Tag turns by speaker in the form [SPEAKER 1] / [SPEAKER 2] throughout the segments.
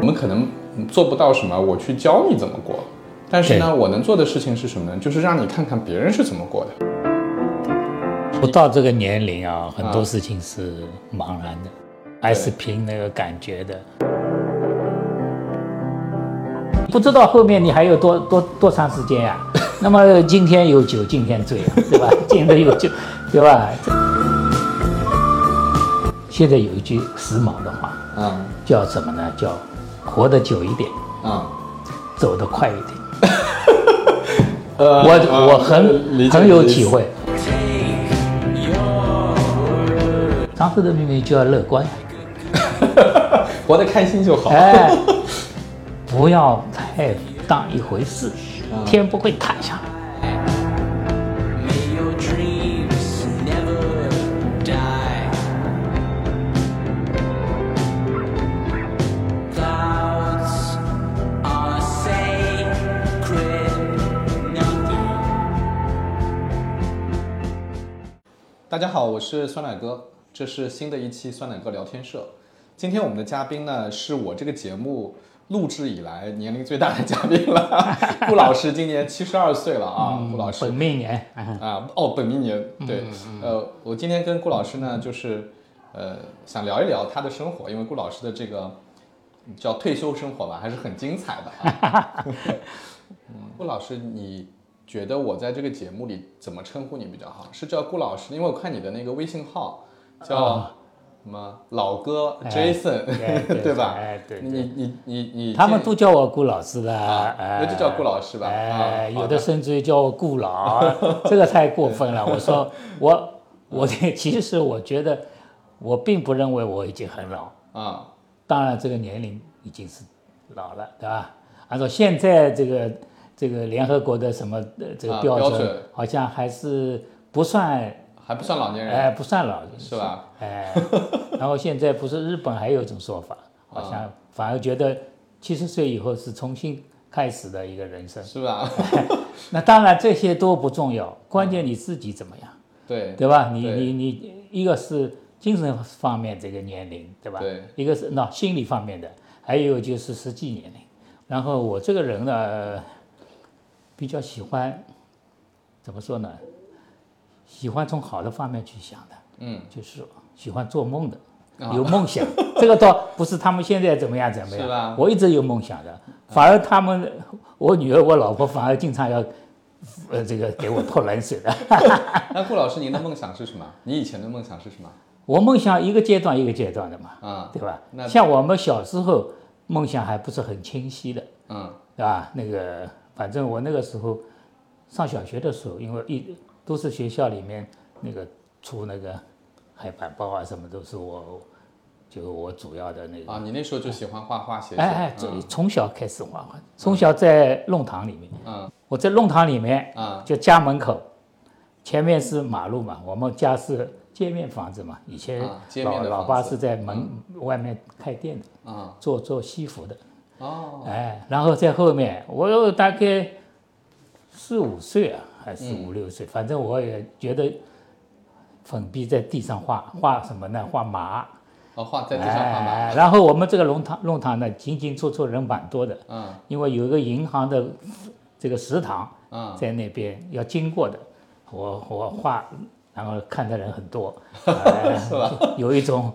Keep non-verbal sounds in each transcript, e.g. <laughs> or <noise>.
[SPEAKER 1] 我们可能做不到什么，我去教你怎么过。但是呢，
[SPEAKER 2] 对
[SPEAKER 1] 我能做的事情是什么呢？就是让你看看别人是怎么过的。
[SPEAKER 2] 不到这个年龄啊，很
[SPEAKER 1] 啊
[SPEAKER 2] 多事情是茫然的，还是凭那个感觉的。不知道后面你还有多多多长时间呀、
[SPEAKER 1] <laughs>
[SPEAKER 2] 那么今天有酒今天醉啊，对吧？今天有酒，对吧？现在有一句时髦的话，
[SPEAKER 1] 啊
[SPEAKER 2] 叫什么呢？叫活得久一点，
[SPEAKER 1] 啊，
[SPEAKER 2] 走得快一点。
[SPEAKER 1] 呃，
[SPEAKER 2] 我我
[SPEAKER 1] 理
[SPEAKER 2] 很
[SPEAKER 1] 解
[SPEAKER 2] 很有
[SPEAKER 1] 你的意
[SPEAKER 2] 体
[SPEAKER 1] 思
[SPEAKER 2] 会。长寿的秘密就要乐观，啊
[SPEAKER 1] 活得开心就好。
[SPEAKER 2] 哎， <laughs> 不要太当一回事，天不会塌下来。
[SPEAKER 3] May your dreams never die. Clouds are sacred, nothing
[SPEAKER 1] 大家好，我是酸奶哥，这是新的一期酸奶哥聊天社。今天我们的嘉宾呢，是我这个节目录制以来年龄最大的嘉宾了，顾老师今年七十二岁了啊，顾老师
[SPEAKER 2] 本命年，嗯
[SPEAKER 1] 啊，哦，本命年，对，呃，我今天跟顾老师呢，就是呃，想聊一聊他的生活，因为顾老师的这个嗯叫退休生活吧，还是很精彩的、啊。
[SPEAKER 2] <laughs>
[SPEAKER 1] 嗯，顾老师，你觉得我在这个节目里怎么称呼你比较好？是叫顾老师？因为我看你的那个微信号叫什么老哥
[SPEAKER 2] 哦哎
[SPEAKER 1] Jason，、
[SPEAKER 2] 哎
[SPEAKER 1] <laughs>
[SPEAKER 2] 对
[SPEAKER 1] 对吧？
[SPEAKER 2] 哎对对
[SPEAKER 1] 你你你你，
[SPEAKER 2] 他们都叫我顾老师的，
[SPEAKER 1] 啊
[SPEAKER 2] 哎
[SPEAKER 1] 那就叫顾老师吧
[SPEAKER 2] 哎，
[SPEAKER 1] 啊好的
[SPEAKER 2] 有的甚至于叫我顾老，
[SPEAKER 1] <laughs>
[SPEAKER 2] 这个太过分了。我说我我其实我觉得我并不认为我已经很老，
[SPEAKER 1] 啊
[SPEAKER 2] 当然这个年龄已经是老了，对吧？按照现在这个这个联合国的什么呃这个
[SPEAKER 1] 啊
[SPEAKER 2] 标
[SPEAKER 1] 标
[SPEAKER 2] 准，
[SPEAKER 1] 准
[SPEAKER 2] 好像还是不算，
[SPEAKER 1] 还不算老年人、
[SPEAKER 2] 哎、不算老，
[SPEAKER 1] 嗯是吧？
[SPEAKER 2] 哎，然后现在不是日本还有一种说法，好像
[SPEAKER 1] 啊
[SPEAKER 2] 反而觉得七十岁以后是重新开始的一个人生。
[SPEAKER 1] 是吧？ <laughs>
[SPEAKER 2] 那当然这些都不重要，关键你自己怎么样，
[SPEAKER 1] 对
[SPEAKER 2] 对吧？你
[SPEAKER 1] 对
[SPEAKER 2] 你你，一个是精神方面这个年龄，对吧？
[SPEAKER 1] 对。
[SPEAKER 2] 一个是那心理方面的，还有就是实际年龄。然后我这个人呢，比较喜欢怎么说呢？喜欢从好的方面去想的。
[SPEAKER 1] 嗯，
[SPEAKER 2] 就是说喜欢做梦的
[SPEAKER 1] 啊，
[SPEAKER 2] 有梦想。这个倒不是他们现在怎么样怎么
[SPEAKER 1] 是吧啊
[SPEAKER 2] 样，我一直有梦想的，反而他们，我女儿、我老婆反而经常要，呃，这个给我泼冷水的。
[SPEAKER 1] 那顾老师，您的梦想是什么？你以前的梦想是什么？
[SPEAKER 2] 我梦想一个阶段一个阶段的嘛，
[SPEAKER 1] 啊，
[SPEAKER 2] 对吧
[SPEAKER 1] 那？
[SPEAKER 2] 像我们小时候梦想还不是很清晰的，
[SPEAKER 1] 嗯
[SPEAKER 2] 对吧？那个，反正我那个时候上小学的时候，因为一都是学校里面那个出那个海板报啊，什么都是我，就我主要的那个。
[SPEAKER 1] 啊，你那时候就喜欢画画写写，
[SPEAKER 2] 哎哎，这
[SPEAKER 1] 嗯
[SPEAKER 2] 从小开始画画，从小在弄堂里面，
[SPEAKER 1] 嗯
[SPEAKER 2] 我在弄堂里面，
[SPEAKER 1] 嗯
[SPEAKER 2] 就家门口，前面是马路嘛，我们家是街面房子嘛，以前
[SPEAKER 1] 啊街面
[SPEAKER 2] 老
[SPEAKER 1] 的
[SPEAKER 2] 老
[SPEAKER 1] 房
[SPEAKER 2] 爸
[SPEAKER 1] 子
[SPEAKER 2] 是在门外面开店的，
[SPEAKER 1] 嗯
[SPEAKER 2] 做做西服的，
[SPEAKER 1] 哦
[SPEAKER 2] 哎，然后在后面，我有大概四五岁啊，还是五六
[SPEAKER 1] 嗯
[SPEAKER 2] 岁，反正我也觉得粉笔在地上画画什么呢？画马，
[SPEAKER 1] 哦，画嗯在地上画
[SPEAKER 2] 哎
[SPEAKER 1] 吧，
[SPEAKER 2] 然后我们这个弄堂弄堂呢，进进出出人蛮多的，
[SPEAKER 1] 嗯
[SPEAKER 2] 因为有一个银行的这个食堂
[SPEAKER 1] 嗯
[SPEAKER 2] 在那边要经过的，我我画，然后看的人很
[SPEAKER 1] <laughs>
[SPEAKER 2] 多，呃有一种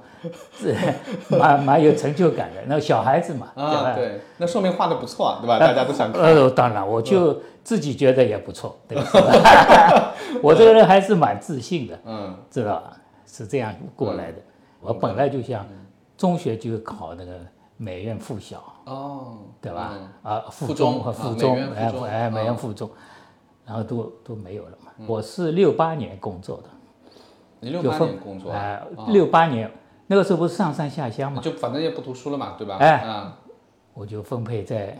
[SPEAKER 2] 这 <laughs> 蛮蛮有成就感的。那小孩子嘛，对
[SPEAKER 1] 啊，
[SPEAKER 2] 吧？
[SPEAKER 1] 对，那说明画的不错啊，对吧？大家都想看，嗯
[SPEAKER 2] 呃，当然，我就自己觉得也
[SPEAKER 1] <laughs>
[SPEAKER 2] 不错，对吧？ <laughs> 我这个人还是蛮自信的，
[SPEAKER 1] 嗯
[SPEAKER 2] 知道吧？是这样过来的。我本来就想中学就考那个美院附小，
[SPEAKER 1] 哦，
[SPEAKER 2] 对吧
[SPEAKER 1] 嗯？
[SPEAKER 2] 啊，
[SPEAKER 1] 附
[SPEAKER 2] 附
[SPEAKER 1] 中
[SPEAKER 2] 中和
[SPEAKER 1] 啊
[SPEAKER 2] 附
[SPEAKER 1] 美
[SPEAKER 2] 中
[SPEAKER 1] 院，附
[SPEAKER 2] 哎
[SPEAKER 1] 中
[SPEAKER 2] 哎，美
[SPEAKER 1] 啊
[SPEAKER 2] 院附中，然后都都没有了嘛。我是六八年工作的，
[SPEAKER 1] 你六
[SPEAKER 2] 就
[SPEAKER 1] 八
[SPEAKER 2] 分
[SPEAKER 1] 年工作啊，
[SPEAKER 2] 哎，六八年那个时候不是上山下乡嘛，
[SPEAKER 1] 就反正也不读书了嘛，对吧？
[SPEAKER 2] 哎
[SPEAKER 1] 嗯，
[SPEAKER 2] 我就分配在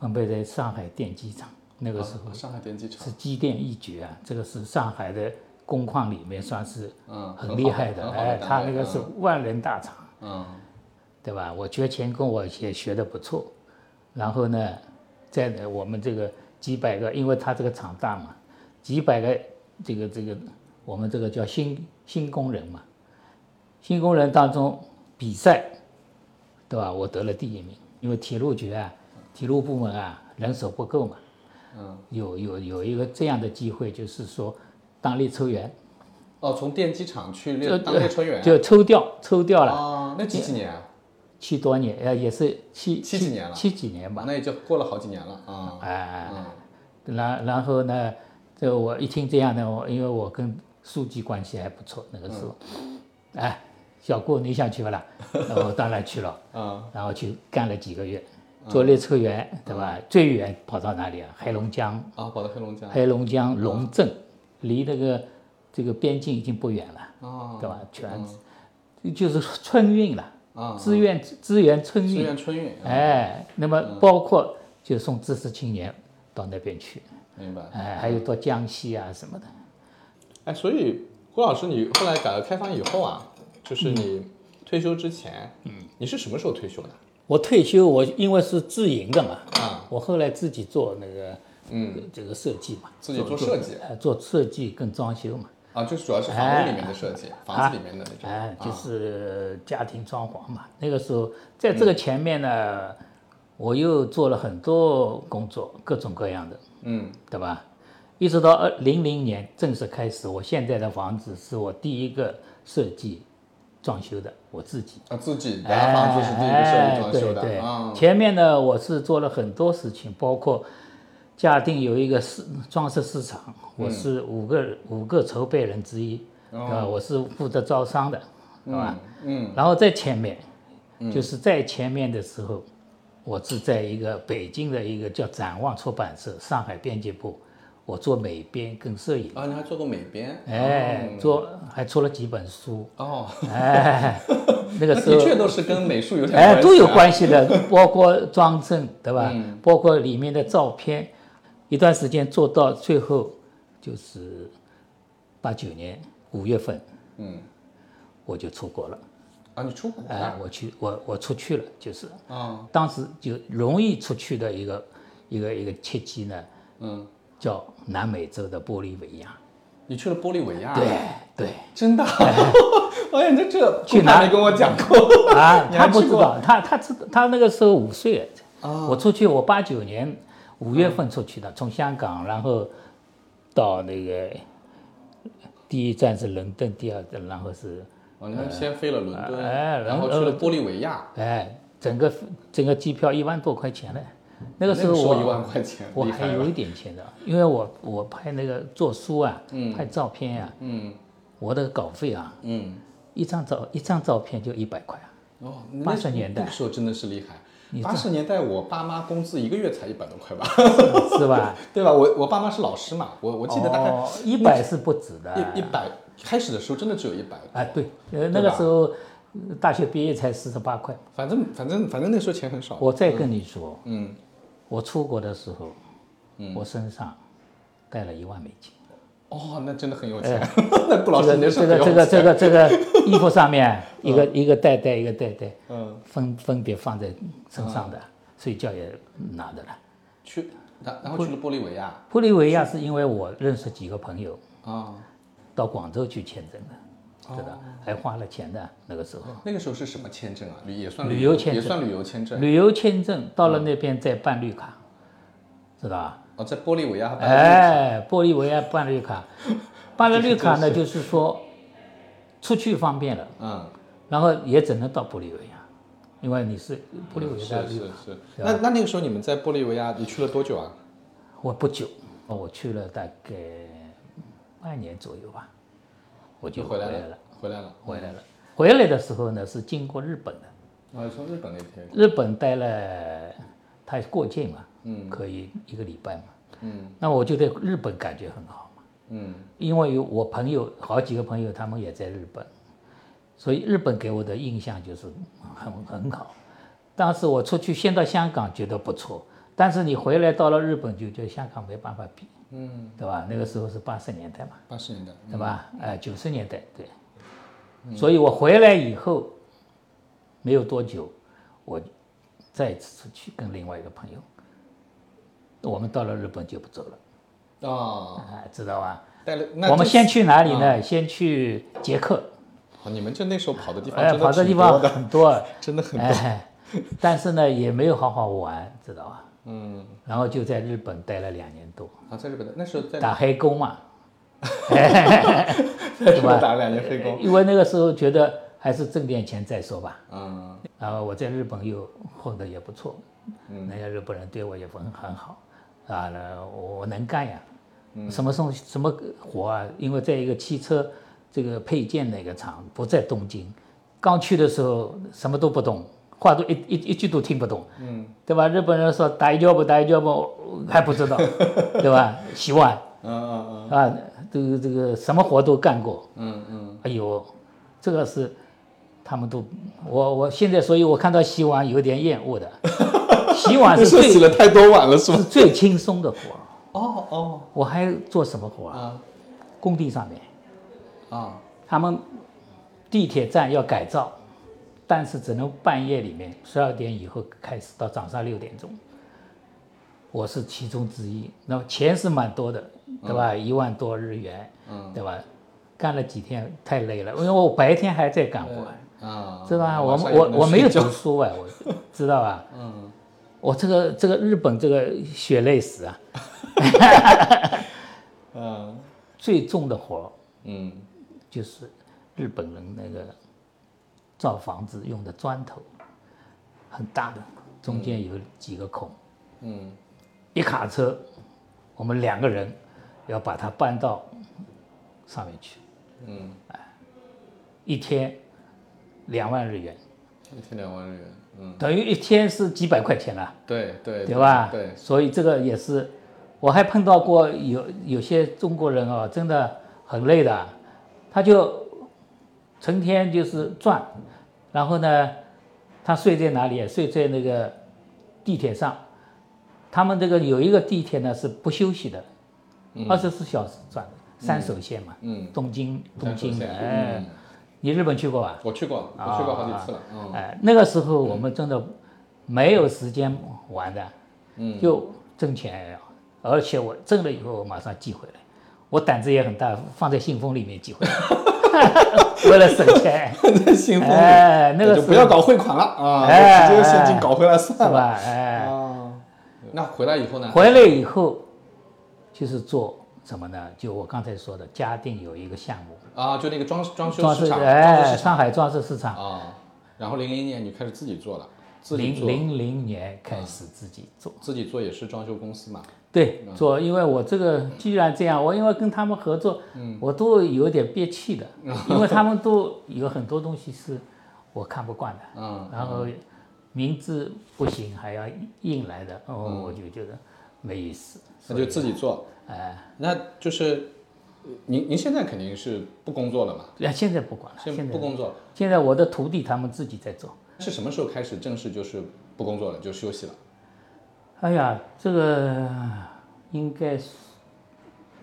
[SPEAKER 2] 分配在上海电机厂，那个时候
[SPEAKER 1] 啊上海电机厂
[SPEAKER 2] 是机电一绝啊，这个是上海的工矿里面算是
[SPEAKER 1] 嗯很
[SPEAKER 2] 很厉害的，
[SPEAKER 1] 好的很好的
[SPEAKER 2] 哎，
[SPEAKER 1] 单
[SPEAKER 2] 他
[SPEAKER 1] 位
[SPEAKER 2] 那个是万人大厂，
[SPEAKER 1] 嗯
[SPEAKER 2] 对吧？我觉得钳工我也学的不错，然后呢，在我们这个几百个，因为他这个厂大嘛，几百个这个这个我们这个叫新新工人嘛，新工人当中比赛，对吧？我得了第一名，因为铁路局啊，铁路部门啊，人手不够嘛，
[SPEAKER 1] 嗯，
[SPEAKER 2] 有有有一个这样的机会，就是说当列车员，
[SPEAKER 1] 哦，从电机厂去列
[SPEAKER 2] 就
[SPEAKER 1] 当列车员，啊
[SPEAKER 2] 就抽调抽调了，
[SPEAKER 1] 哦，那几几年啊？
[SPEAKER 2] 七多年，呃，也是七
[SPEAKER 1] 七几年了
[SPEAKER 2] 七几年吧，
[SPEAKER 1] 那也就过了好几年了啊。
[SPEAKER 2] 哎、
[SPEAKER 1] 嗯
[SPEAKER 2] 然然后呢，这我一听这样呢，我因为我跟书记关系还不错，那个时候，哎，小顾你想去不啦？那我当然去了，
[SPEAKER 1] 嗯
[SPEAKER 2] <laughs> 然后去干了几个月，做列车员，对吧？最远跑到哪里啊？黑龙江，
[SPEAKER 1] 啊，跑到黑龙江
[SPEAKER 2] 黑龙江龙镇，离那个这个边境已经不远了，
[SPEAKER 1] 啊
[SPEAKER 2] 对吧？全、就是春运了，
[SPEAKER 1] 啊，
[SPEAKER 2] 支援嗯支援春
[SPEAKER 1] 志
[SPEAKER 2] 运，
[SPEAKER 1] 愿春运，啊
[SPEAKER 2] 哎，那么包括就送知识青年到那边去。
[SPEAKER 1] 明白。
[SPEAKER 2] 哎，还有到江西啊什么的。
[SPEAKER 1] 哎，所以郭老师，你后来改革开放以后啊，就是你
[SPEAKER 2] 嗯
[SPEAKER 1] 退休之前，嗯，你是什么时候退休的？
[SPEAKER 2] 我退休，我因为是自营的嘛，
[SPEAKER 1] 啊，
[SPEAKER 2] 我后来自己做那个，
[SPEAKER 1] 嗯，
[SPEAKER 2] 这个设计嘛，
[SPEAKER 1] 自己做设计
[SPEAKER 2] 呃，做设计跟装修嘛，
[SPEAKER 1] 啊，就主要是房屋里面的设计，房子里面的那种，
[SPEAKER 2] 哎，
[SPEAKER 1] 啊
[SPEAKER 2] 就是家庭装潢嘛。那个时候，在这个前面呢，我又做了很多工作，各种各样的，
[SPEAKER 1] 嗯
[SPEAKER 2] 对吧？一直到二零零年正式开始，我现在的房子是我第一个设计装修的，我自己。
[SPEAKER 1] 啊，自己
[SPEAKER 2] 哎
[SPEAKER 1] 的房子是自己设计装修
[SPEAKER 2] 哎对
[SPEAKER 1] 的
[SPEAKER 2] 对
[SPEAKER 1] 啊，
[SPEAKER 2] 前面呢，我是做了很多事情，包括嘉定有一个市装饰市场，我是五个、五个筹备人之一，
[SPEAKER 1] 嗯哦
[SPEAKER 2] 对吧？我是负责招商的，对吧？
[SPEAKER 1] 嗯嗯
[SPEAKER 2] 然后在前面，就是在前面的时候，我是在一个北京的一个叫展望出版社上海编辑部，我做美编跟摄影，
[SPEAKER 1] 啊，你还做过美编，
[SPEAKER 2] 哎，
[SPEAKER 1] 哦
[SPEAKER 2] 做还出了几本书，
[SPEAKER 1] 哦， <laughs>
[SPEAKER 2] 哎，那个时候
[SPEAKER 1] 的确都是跟美术有点
[SPEAKER 2] 哎，都有
[SPEAKER 1] 关系啊
[SPEAKER 2] 关系的，
[SPEAKER 1] <laughs>
[SPEAKER 2] 包括装帧，对吧？
[SPEAKER 1] 嗯
[SPEAKER 2] 包括里面的照片，一段时间做到最后，就是八九年五月份，
[SPEAKER 1] 啊，嗯，
[SPEAKER 2] 我就出国了。
[SPEAKER 1] 啊，你出国
[SPEAKER 2] 哎、
[SPEAKER 1] 了，
[SPEAKER 2] 我去，我我出去了，就是
[SPEAKER 1] 啊，
[SPEAKER 2] 当时就容易出去的一个一个一个契机呢，
[SPEAKER 1] 嗯，
[SPEAKER 2] 叫南美洲的玻利维亚。
[SPEAKER 1] 你去了玻利维亚，
[SPEAKER 2] 对对。
[SPEAKER 1] 真
[SPEAKER 2] <laughs>
[SPEAKER 1] 的啊，哎呀，你这这
[SPEAKER 2] 去
[SPEAKER 1] 顾大
[SPEAKER 2] 哪
[SPEAKER 1] 没跟我讲过
[SPEAKER 2] <laughs>
[SPEAKER 1] <laughs>
[SPEAKER 2] 啊，
[SPEAKER 1] 你还
[SPEAKER 2] 他不
[SPEAKER 1] 去
[SPEAKER 2] 知
[SPEAKER 1] 过
[SPEAKER 2] 道，他他知道他那个时候五岁，
[SPEAKER 1] 啊
[SPEAKER 2] 我出去我八九年五
[SPEAKER 1] 嗯
[SPEAKER 2] 月份出去的，从香港然后到那个第一站是伦敦，第二站然后是
[SPEAKER 1] 哦，你看先飞了伦敦，
[SPEAKER 2] 哎
[SPEAKER 1] 然后去了玻利维亚，
[SPEAKER 2] 哎，整个整个机票一万多块钱嘞，那个时候
[SPEAKER 1] 我
[SPEAKER 2] 我
[SPEAKER 1] 一万块钱，
[SPEAKER 2] 我
[SPEAKER 1] 厉
[SPEAKER 2] 还
[SPEAKER 1] 害
[SPEAKER 2] 有
[SPEAKER 1] 了
[SPEAKER 2] 一点钱的，因为我我拍那个做书啊，拍照片啊，
[SPEAKER 1] 嗯
[SPEAKER 2] 我的稿费啊，
[SPEAKER 1] 嗯，
[SPEAKER 2] 一张照一张照片就一百块啊，
[SPEAKER 1] 哦，那
[SPEAKER 2] 80年代
[SPEAKER 1] 那个时候真的是厉害
[SPEAKER 2] 你。
[SPEAKER 1] 八十年代，我爸妈工资一个月才一百多
[SPEAKER 2] <laughs>
[SPEAKER 1] 块吧，
[SPEAKER 2] 是吧？哦
[SPEAKER 1] 对吧？我我爸妈是老师嘛， <laughs> 我我记得大概
[SPEAKER 2] 一百是不止的，
[SPEAKER 1] 一一百，开始的时候真的只有一百，
[SPEAKER 2] 啊，对，呃，那
[SPEAKER 1] 对
[SPEAKER 2] 个
[SPEAKER 1] 吧
[SPEAKER 2] 时候呃大学毕业才四十八块。
[SPEAKER 1] 反正反正反正那时候钱很少。
[SPEAKER 2] 我再跟你说，
[SPEAKER 1] 嗯，
[SPEAKER 2] 我出国的时候，我身上带了一万美金。
[SPEAKER 1] 哦，那真的很有钱， <laughs> 那顾老师
[SPEAKER 2] 哎这
[SPEAKER 1] 你
[SPEAKER 2] 个
[SPEAKER 1] 是
[SPEAKER 2] 这
[SPEAKER 1] 很
[SPEAKER 2] 个
[SPEAKER 1] 有钱，
[SPEAKER 2] 这个这个这个衣服
[SPEAKER 1] <laughs>
[SPEAKER 2] 上面一个一个袋袋一个袋袋，
[SPEAKER 1] 嗯，
[SPEAKER 2] 分分别放在身上的，睡觉也拿着了。
[SPEAKER 1] 去，然然后去了玻利维亚
[SPEAKER 2] 玻利维亚是因为我认识几个朋友
[SPEAKER 1] 啊，
[SPEAKER 2] 到广州去签证
[SPEAKER 1] 哦
[SPEAKER 2] 的，知道，还花了钱的那个时候。
[SPEAKER 1] 那个时候是什么签证啊？旅也算
[SPEAKER 2] 旅游签
[SPEAKER 1] 也
[SPEAKER 2] 证
[SPEAKER 1] 算旅游签证
[SPEAKER 2] 旅游签证到
[SPEAKER 1] 嗯
[SPEAKER 2] 了那边再办绿卡，知道吧？
[SPEAKER 1] 哦，在玻利维亚还办了绿卡
[SPEAKER 2] 哎，玻利维亚办绿 <laughs> 卡，办了绿卡呢，就是说出去方便了，
[SPEAKER 1] 嗯，
[SPEAKER 2] 然后也只能到玻利维亚，因为你是玻利维亚
[SPEAKER 1] 嗯是是
[SPEAKER 2] 绿卡。
[SPEAKER 1] 是。
[SPEAKER 2] 对吧
[SPEAKER 1] 那那那个时候你们在玻利维亚，你去了多久啊？
[SPEAKER 2] 我不久，我去了大概半年左右吧，我就
[SPEAKER 1] 就
[SPEAKER 2] 回
[SPEAKER 1] 回
[SPEAKER 2] 来
[SPEAKER 1] 来
[SPEAKER 2] 了
[SPEAKER 1] 了，，回来了。
[SPEAKER 2] 回来了。回来的时候呢，是经过日本的，
[SPEAKER 1] 啊，从日本那边。
[SPEAKER 2] 日本待了，他过境嘛，嗯，可以一个礼拜嘛，
[SPEAKER 1] 嗯
[SPEAKER 2] 那我就对日本感觉很好嘛。
[SPEAKER 1] 嗯
[SPEAKER 2] 因为有我朋友好几个朋友，他们也在日本，所以日本给我的印象就是很很好。当时我出去先到香港觉得不错，但是你回来到了日本就觉得香港没办法比，
[SPEAKER 1] 嗯，
[SPEAKER 2] 对吧？那个时候是八十年代嘛，
[SPEAKER 1] 八十年代。
[SPEAKER 2] 对吧？哎，九十年代对，所以我回来以后没有多久，我再次出去跟另外一个朋友，我们到了日本就不走了，
[SPEAKER 1] 啊，
[SPEAKER 2] 哎，知道吧？
[SPEAKER 1] 带了。那
[SPEAKER 2] 我们
[SPEAKER 1] 这啊
[SPEAKER 2] 先。去哪里呢？先去捷克，
[SPEAKER 1] 哦你们这那时候跑的地方
[SPEAKER 2] 哎，
[SPEAKER 1] 真的
[SPEAKER 2] 跑的
[SPEAKER 1] 挺
[SPEAKER 2] 地方
[SPEAKER 1] 多的， <laughs>
[SPEAKER 2] 很多，
[SPEAKER 1] 真的很多。
[SPEAKER 2] 哎， <laughs> 但是呢也没有好好玩，知道吧？
[SPEAKER 1] 嗯，
[SPEAKER 2] 然后就在日本待了两年多，
[SPEAKER 1] 啊，在日本的那时候在
[SPEAKER 2] 打黑
[SPEAKER 1] <laughs>
[SPEAKER 2] 工嘛， <laughs>
[SPEAKER 1] 在日
[SPEAKER 2] 对吧
[SPEAKER 1] 本打了两年黑工，
[SPEAKER 2] 因为那个时候觉得还是挣点钱再说吧。
[SPEAKER 1] 嗯
[SPEAKER 2] 然后呃我在日本又混得也不错，
[SPEAKER 1] 嗯
[SPEAKER 2] 那些日本人对我也很很好，啊，那我我能干呀，
[SPEAKER 1] 嗯
[SPEAKER 2] 什么送什么活啊？因为在一个汽车这个配件那个厂不在东京，刚去的时候什么都不懂，话都一一一句都听不懂，
[SPEAKER 1] 嗯
[SPEAKER 2] 对吧？日本人说打一跤不打一跤不我还不
[SPEAKER 1] <laughs>
[SPEAKER 2] 知道，对吧？洗碗
[SPEAKER 1] 嗯嗯
[SPEAKER 2] 啊，这个这个什么活都干过，
[SPEAKER 1] 嗯嗯
[SPEAKER 2] 哎呦，这个是他们都我我现在，所以我看到洗碗有点厌恶的，洗碗
[SPEAKER 1] 那
[SPEAKER 2] 是
[SPEAKER 1] 时候
[SPEAKER 2] 最
[SPEAKER 1] 洗了太多碗了是
[SPEAKER 2] 是
[SPEAKER 1] 吧？
[SPEAKER 2] 最轻松的活儿。
[SPEAKER 1] 哦哦
[SPEAKER 2] 我还做什么活儿啊？
[SPEAKER 1] 啊
[SPEAKER 2] 工地上面，
[SPEAKER 1] 啊
[SPEAKER 2] 他们地铁站要改造，但是只能半夜里面十二点以后开始到早上六点钟。我是其中之一，那么钱是蛮多的，对吧？一万多日元，
[SPEAKER 1] 嗯
[SPEAKER 2] 对吧？干了几天太累了，因为我白天还在干活。
[SPEAKER 1] 啊，
[SPEAKER 2] 是吧？我
[SPEAKER 1] 晚上也
[SPEAKER 2] 我
[SPEAKER 1] 不能
[SPEAKER 2] 我没有
[SPEAKER 1] 睡觉
[SPEAKER 2] 读书
[SPEAKER 1] <laughs>
[SPEAKER 2] 哎，我知道吧？
[SPEAKER 1] 嗯，
[SPEAKER 2] 我这个这个日本这个血泪史啊，
[SPEAKER 1] 嗯
[SPEAKER 2] 最重的活儿
[SPEAKER 1] 嗯
[SPEAKER 2] 就是日本人那个造房子用的砖头，很大的，中间有几个孔，
[SPEAKER 1] 嗯
[SPEAKER 2] 一卡车，我们两个人要把它搬到上面去，哎
[SPEAKER 1] 嗯，
[SPEAKER 2] 一天两万日元，
[SPEAKER 1] 一天两万日元，嗯，
[SPEAKER 2] 等于一天是几百块钱了、啊
[SPEAKER 1] 对对
[SPEAKER 2] 对吧？
[SPEAKER 1] 对，
[SPEAKER 2] 所以这个也是，我还碰到过有有些中国人哦，真的很累的，他就成天就是转，然后呢，他睡在哪里？睡在那个地铁上。他们这个有一个地铁呢是不休息的，二十四小时转的，三手线嘛，
[SPEAKER 1] 嗯，
[SPEAKER 2] 东京东京的，
[SPEAKER 1] 三手线
[SPEAKER 2] 哎
[SPEAKER 1] 嗯，
[SPEAKER 2] 你日本去过吧？
[SPEAKER 1] 我去过，我去过好几次了， <laughs> 嗯
[SPEAKER 2] 哎，那个时候我们真的没有时间玩的，
[SPEAKER 1] 嗯，
[SPEAKER 2] 就挣钱，而且我挣了以后我马上寄回来，我胆子也很大，放在信封里面寄回来， <laughs> 为了省钱，
[SPEAKER 1] 在信封里，
[SPEAKER 2] 哎，那个
[SPEAKER 1] 就
[SPEAKER 2] 时
[SPEAKER 1] 不
[SPEAKER 2] 候
[SPEAKER 1] 要搞汇款了啊，
[SPEAKER 2] 哎
[SPEAKER 1] 就直接现金搞回来算
[SPEAKER 2] 是
[SPEAKER 1] 了
[SPEAKER 2] 吧？哎，
[SPEAKER 1] 啊。那回来以后呢？
[SPEAKER 2] 回来以后就是做什么呢？就我刚才说的，嘉定有一个项目，
[SPEAKER 1] 啊，就那个装装修
[SPEAKER 2] 装
[SPEAKER 1] 市
[SPEAKER 2] 饰，
[SPEAKER 1] 场，装修
[SPEAKER 2] 哎，
[SPEAKER 1] 市场
[SPEAKER 2] 上海装饰市场，
[SPEAKER 1] 啊。然后零零年你开始自己做了，自己
[SPEAKER 2] 零
[SPEAKER 1] 做，
[SPEAKER 2] 零零年开始自己做。
[SPEAKER 1] 自己做也是装修公司嘛。
[SPEAKER 2] 对，
[SPEAKER 1] 嗯
[SPEAKER 2] 做，因为我这个既然这样，我因为跟他们合作，
[SPEAKER 1] 嗯
[SPEAKER 2] 我都有点憋气
[SPEAKER 1] <laughs>
[SPEAKER 2] 的，因为他们都有很多东西是我看不惯的，
[SPEAKER 1] 嗯
[SPEAKER 2] 然后名字不行还要硬来的，哦，
[SPEAKER 1] 嗯
[SPEAKER 2] 我就觉得没意思，
[SPEAKER 1] 那就自己做。
[SPEAKER 2] 哎，
[SPEAKER 1] 那就是呃您您现在肯定是不工作了嘛？
[SPEAKER 2] 那哎现在不管了，
[SPEAKER 1] 现
[SPEAKER 2] 现
[SPEAKER 1] 在
[SPEAKER 2] 在
[SPEAKER 1] 不工作，
[SPEAKER 2] 现在我的徒弟他们自己在做，
[SPEAKER 1] 是什么时候开始正式就是不工作了，就休息了？
[SPEAKER 2] 哎呀，这个应该是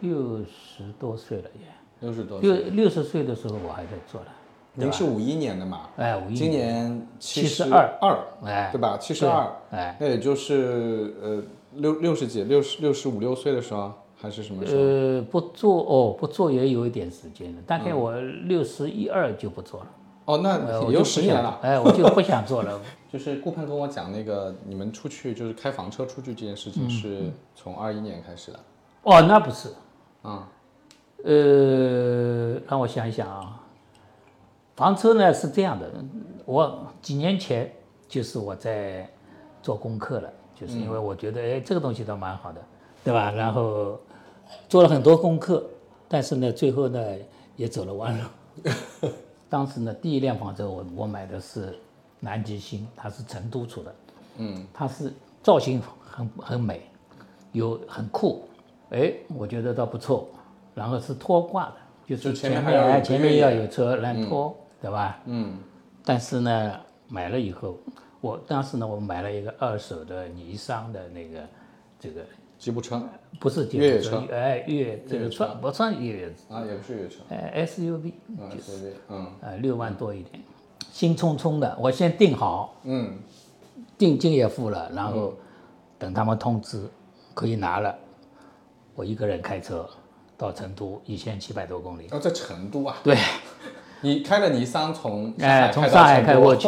[SPEAKER 2] 六十多岁了也，
[SPEAKER 1] 六十多
[SPEAKER 2] 六
[SPEAKER 1] 岁，
[SPEAKER 2] 六十岁的时候我还在做了，
[SPEAKER 1] 您是五一年的嘛？
[SPEAKER 2] 哎，我一
[SPEAKER 1] 今年七
[SPEAKER 2] 72
[SPEAKER 1] 二，
[SPEAKER 2] 哎，
[SPEAKER 1] 对吧？七十二，
[SPEAKER 2] 哎，
[SPEAKER 1] 那也就是呃六六十几、六十六十五六岁的时候，还是什么时候？
[SPEAKER 2] 呃，不做哦，不做也有一点时间了，大
[SPEAKER 1] 嗯
[SPEAKER 2] 概我六十一二就不
[SPEAKER 1] <laughs>
[SPEAKER 2] 做了，
[SPEAKER 1] 哦，那
[SPEAKER 2] 呃
[SPEAKER 1] 也
[SPEAKER 2] 我
[SPEAKER 1] 有
[SPEAKER 2] 就
[SPEAKER 1] 十
[SPEAKER 2] 不想
[SPEAKER 1] 年了。
[SPEAKER 2] 哎，我就不想做了。 <laughs>
[SPEAKER 1] 就是顾盼跟我讲那个你们出去就是开房车出去这件事
[SPEAKER 2] 嗯
[SPEAKER 1] 情是从二一年开始的，
[SPEAKER 2] 哦，那不是，
[SPEAKER 1] 嗯
[SPEAKER 2] 呃，让我想一想啊，房车呢是这样的，我几年前就是我在做功课了，就是因为
[SPEAKER 1] 嗯
[SPEAKER 2] 我觉得哎这个东西倒蛮好的，对吧？然后做了很多功课，但是呢最后呢也走了弯路。 <laughs> 当时呢第一辆房车我我买的是南极星，它是成都出的，
[SPEAKER 1] 嗯
[SPEAKER 2] 它是造型很很美，有很酷，哎，我觉得倒不错。然后是拖挂的，就是
[SPEAKER 1] 就前面还
[SPEAKER 2] 面
[SPEAKER 1] 要有
[SPEAKER 2] 哎
[SPEAKER 1] 个
[SPEAKER 2] 前
[SPEAKER 1] 越
[SPEAKER 2] 面
[SPEAKER 1] 野
[SPEAKER 2] 要有车来拖，对吧？
[SPEAKER 1] 嗯
[SPEAKER 2] 但是呢，买了以后，我当时呢，我买了一个二手的尼桑的那个这个
[SPEAKER 1] 吉普车
[SPEAKER 2] 不是
[SPEAKER 1] 越野
[SPEAKER 2] 电动车，哎，越野这
[SPEAKER 1] 越野
[SPEAKER 2] 个
[SPEAKER 1] 车
[SPEAKER 2] 算不算越野？
[SPEAKER 1] 啊，也不是越野车，
[SPEAKER 2] 哎，SUV
[SPEAKER 1] 嗯，SUV，嗯
[SPEAKER 2] 呃六万多一点，兴冲冲的，我先定好，
[SPEAKER 1] 嗯
[SPEAKER 2] 定金也付了，然后等他们通知可以拿了，我一个人开车到成都一千七百多公里，
[SPEAKER 1] 哦要在成都啊，
[SPEAKER 2] 对，
[SPEAKER 1] 你开了尼桑从上海
[SPEAKER 2] 哎，
[SPEAKER 1] 开
[SPEAKER 2] 从
[SPEAKER 1] 到
[SPEAKER 2] 上海
[SPEAKER 1] 成 <laughs>
[SPEAKER 2] 开
[SPEAKER 1] 都
[SPEAKER 2] 过去，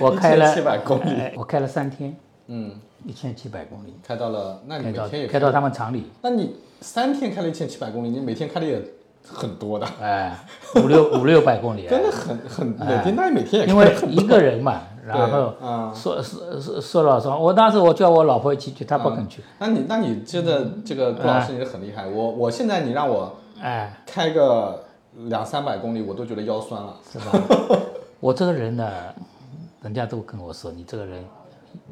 [SPEAKER 2] 我开了
[SPEAKER 1] 1700公里
[SPEAKER 2] 哎我开了三天，
[SPEAKER 1] 嗯，
[SPEAKER 2] 一千七百公里，
[SPEAKER 1] 开到了，那你
[SPEAKER 2] 开
[SPEAKER 1] 每
[SPEAKER 2] 到
[SPEAKER 1] 天也
[SPEAKER 2] 开到他们厂里，
[SPEAKER 1] 那你三天开了一千七百公里，你每天开的也很多的，
[SPEAKER 2] 哎，五六五六百公里，
[SPEAKER 1] <laughs> 真的很很每天，那你每天也
[SPEAKER 2] 哎 <laughs> 因
[SPEAKER 1] 开
[SPEAKER 2] 为
[SPEAKER 1] 得很
[SPEAKER 2] 一个人嘛，然后
[SPEAKER 1] 嗯
[SPEAKER 2] 说说说说老实话，我当时我叫我老婆一起去，她不肯去，
[SPEAKER 1] 那你那你真的
[SPEAKER 2] 嗯
[SPEAKER 1] 这个顾老师你是很厉害，我我现在你让我
[SPEAKER 2] 哎，
[SPEAKER 1] 开个两三百公里，我都觉得腰酸了。
[SPEAKER 2] 是吧？我这个人呢，人家都跟我说你这个人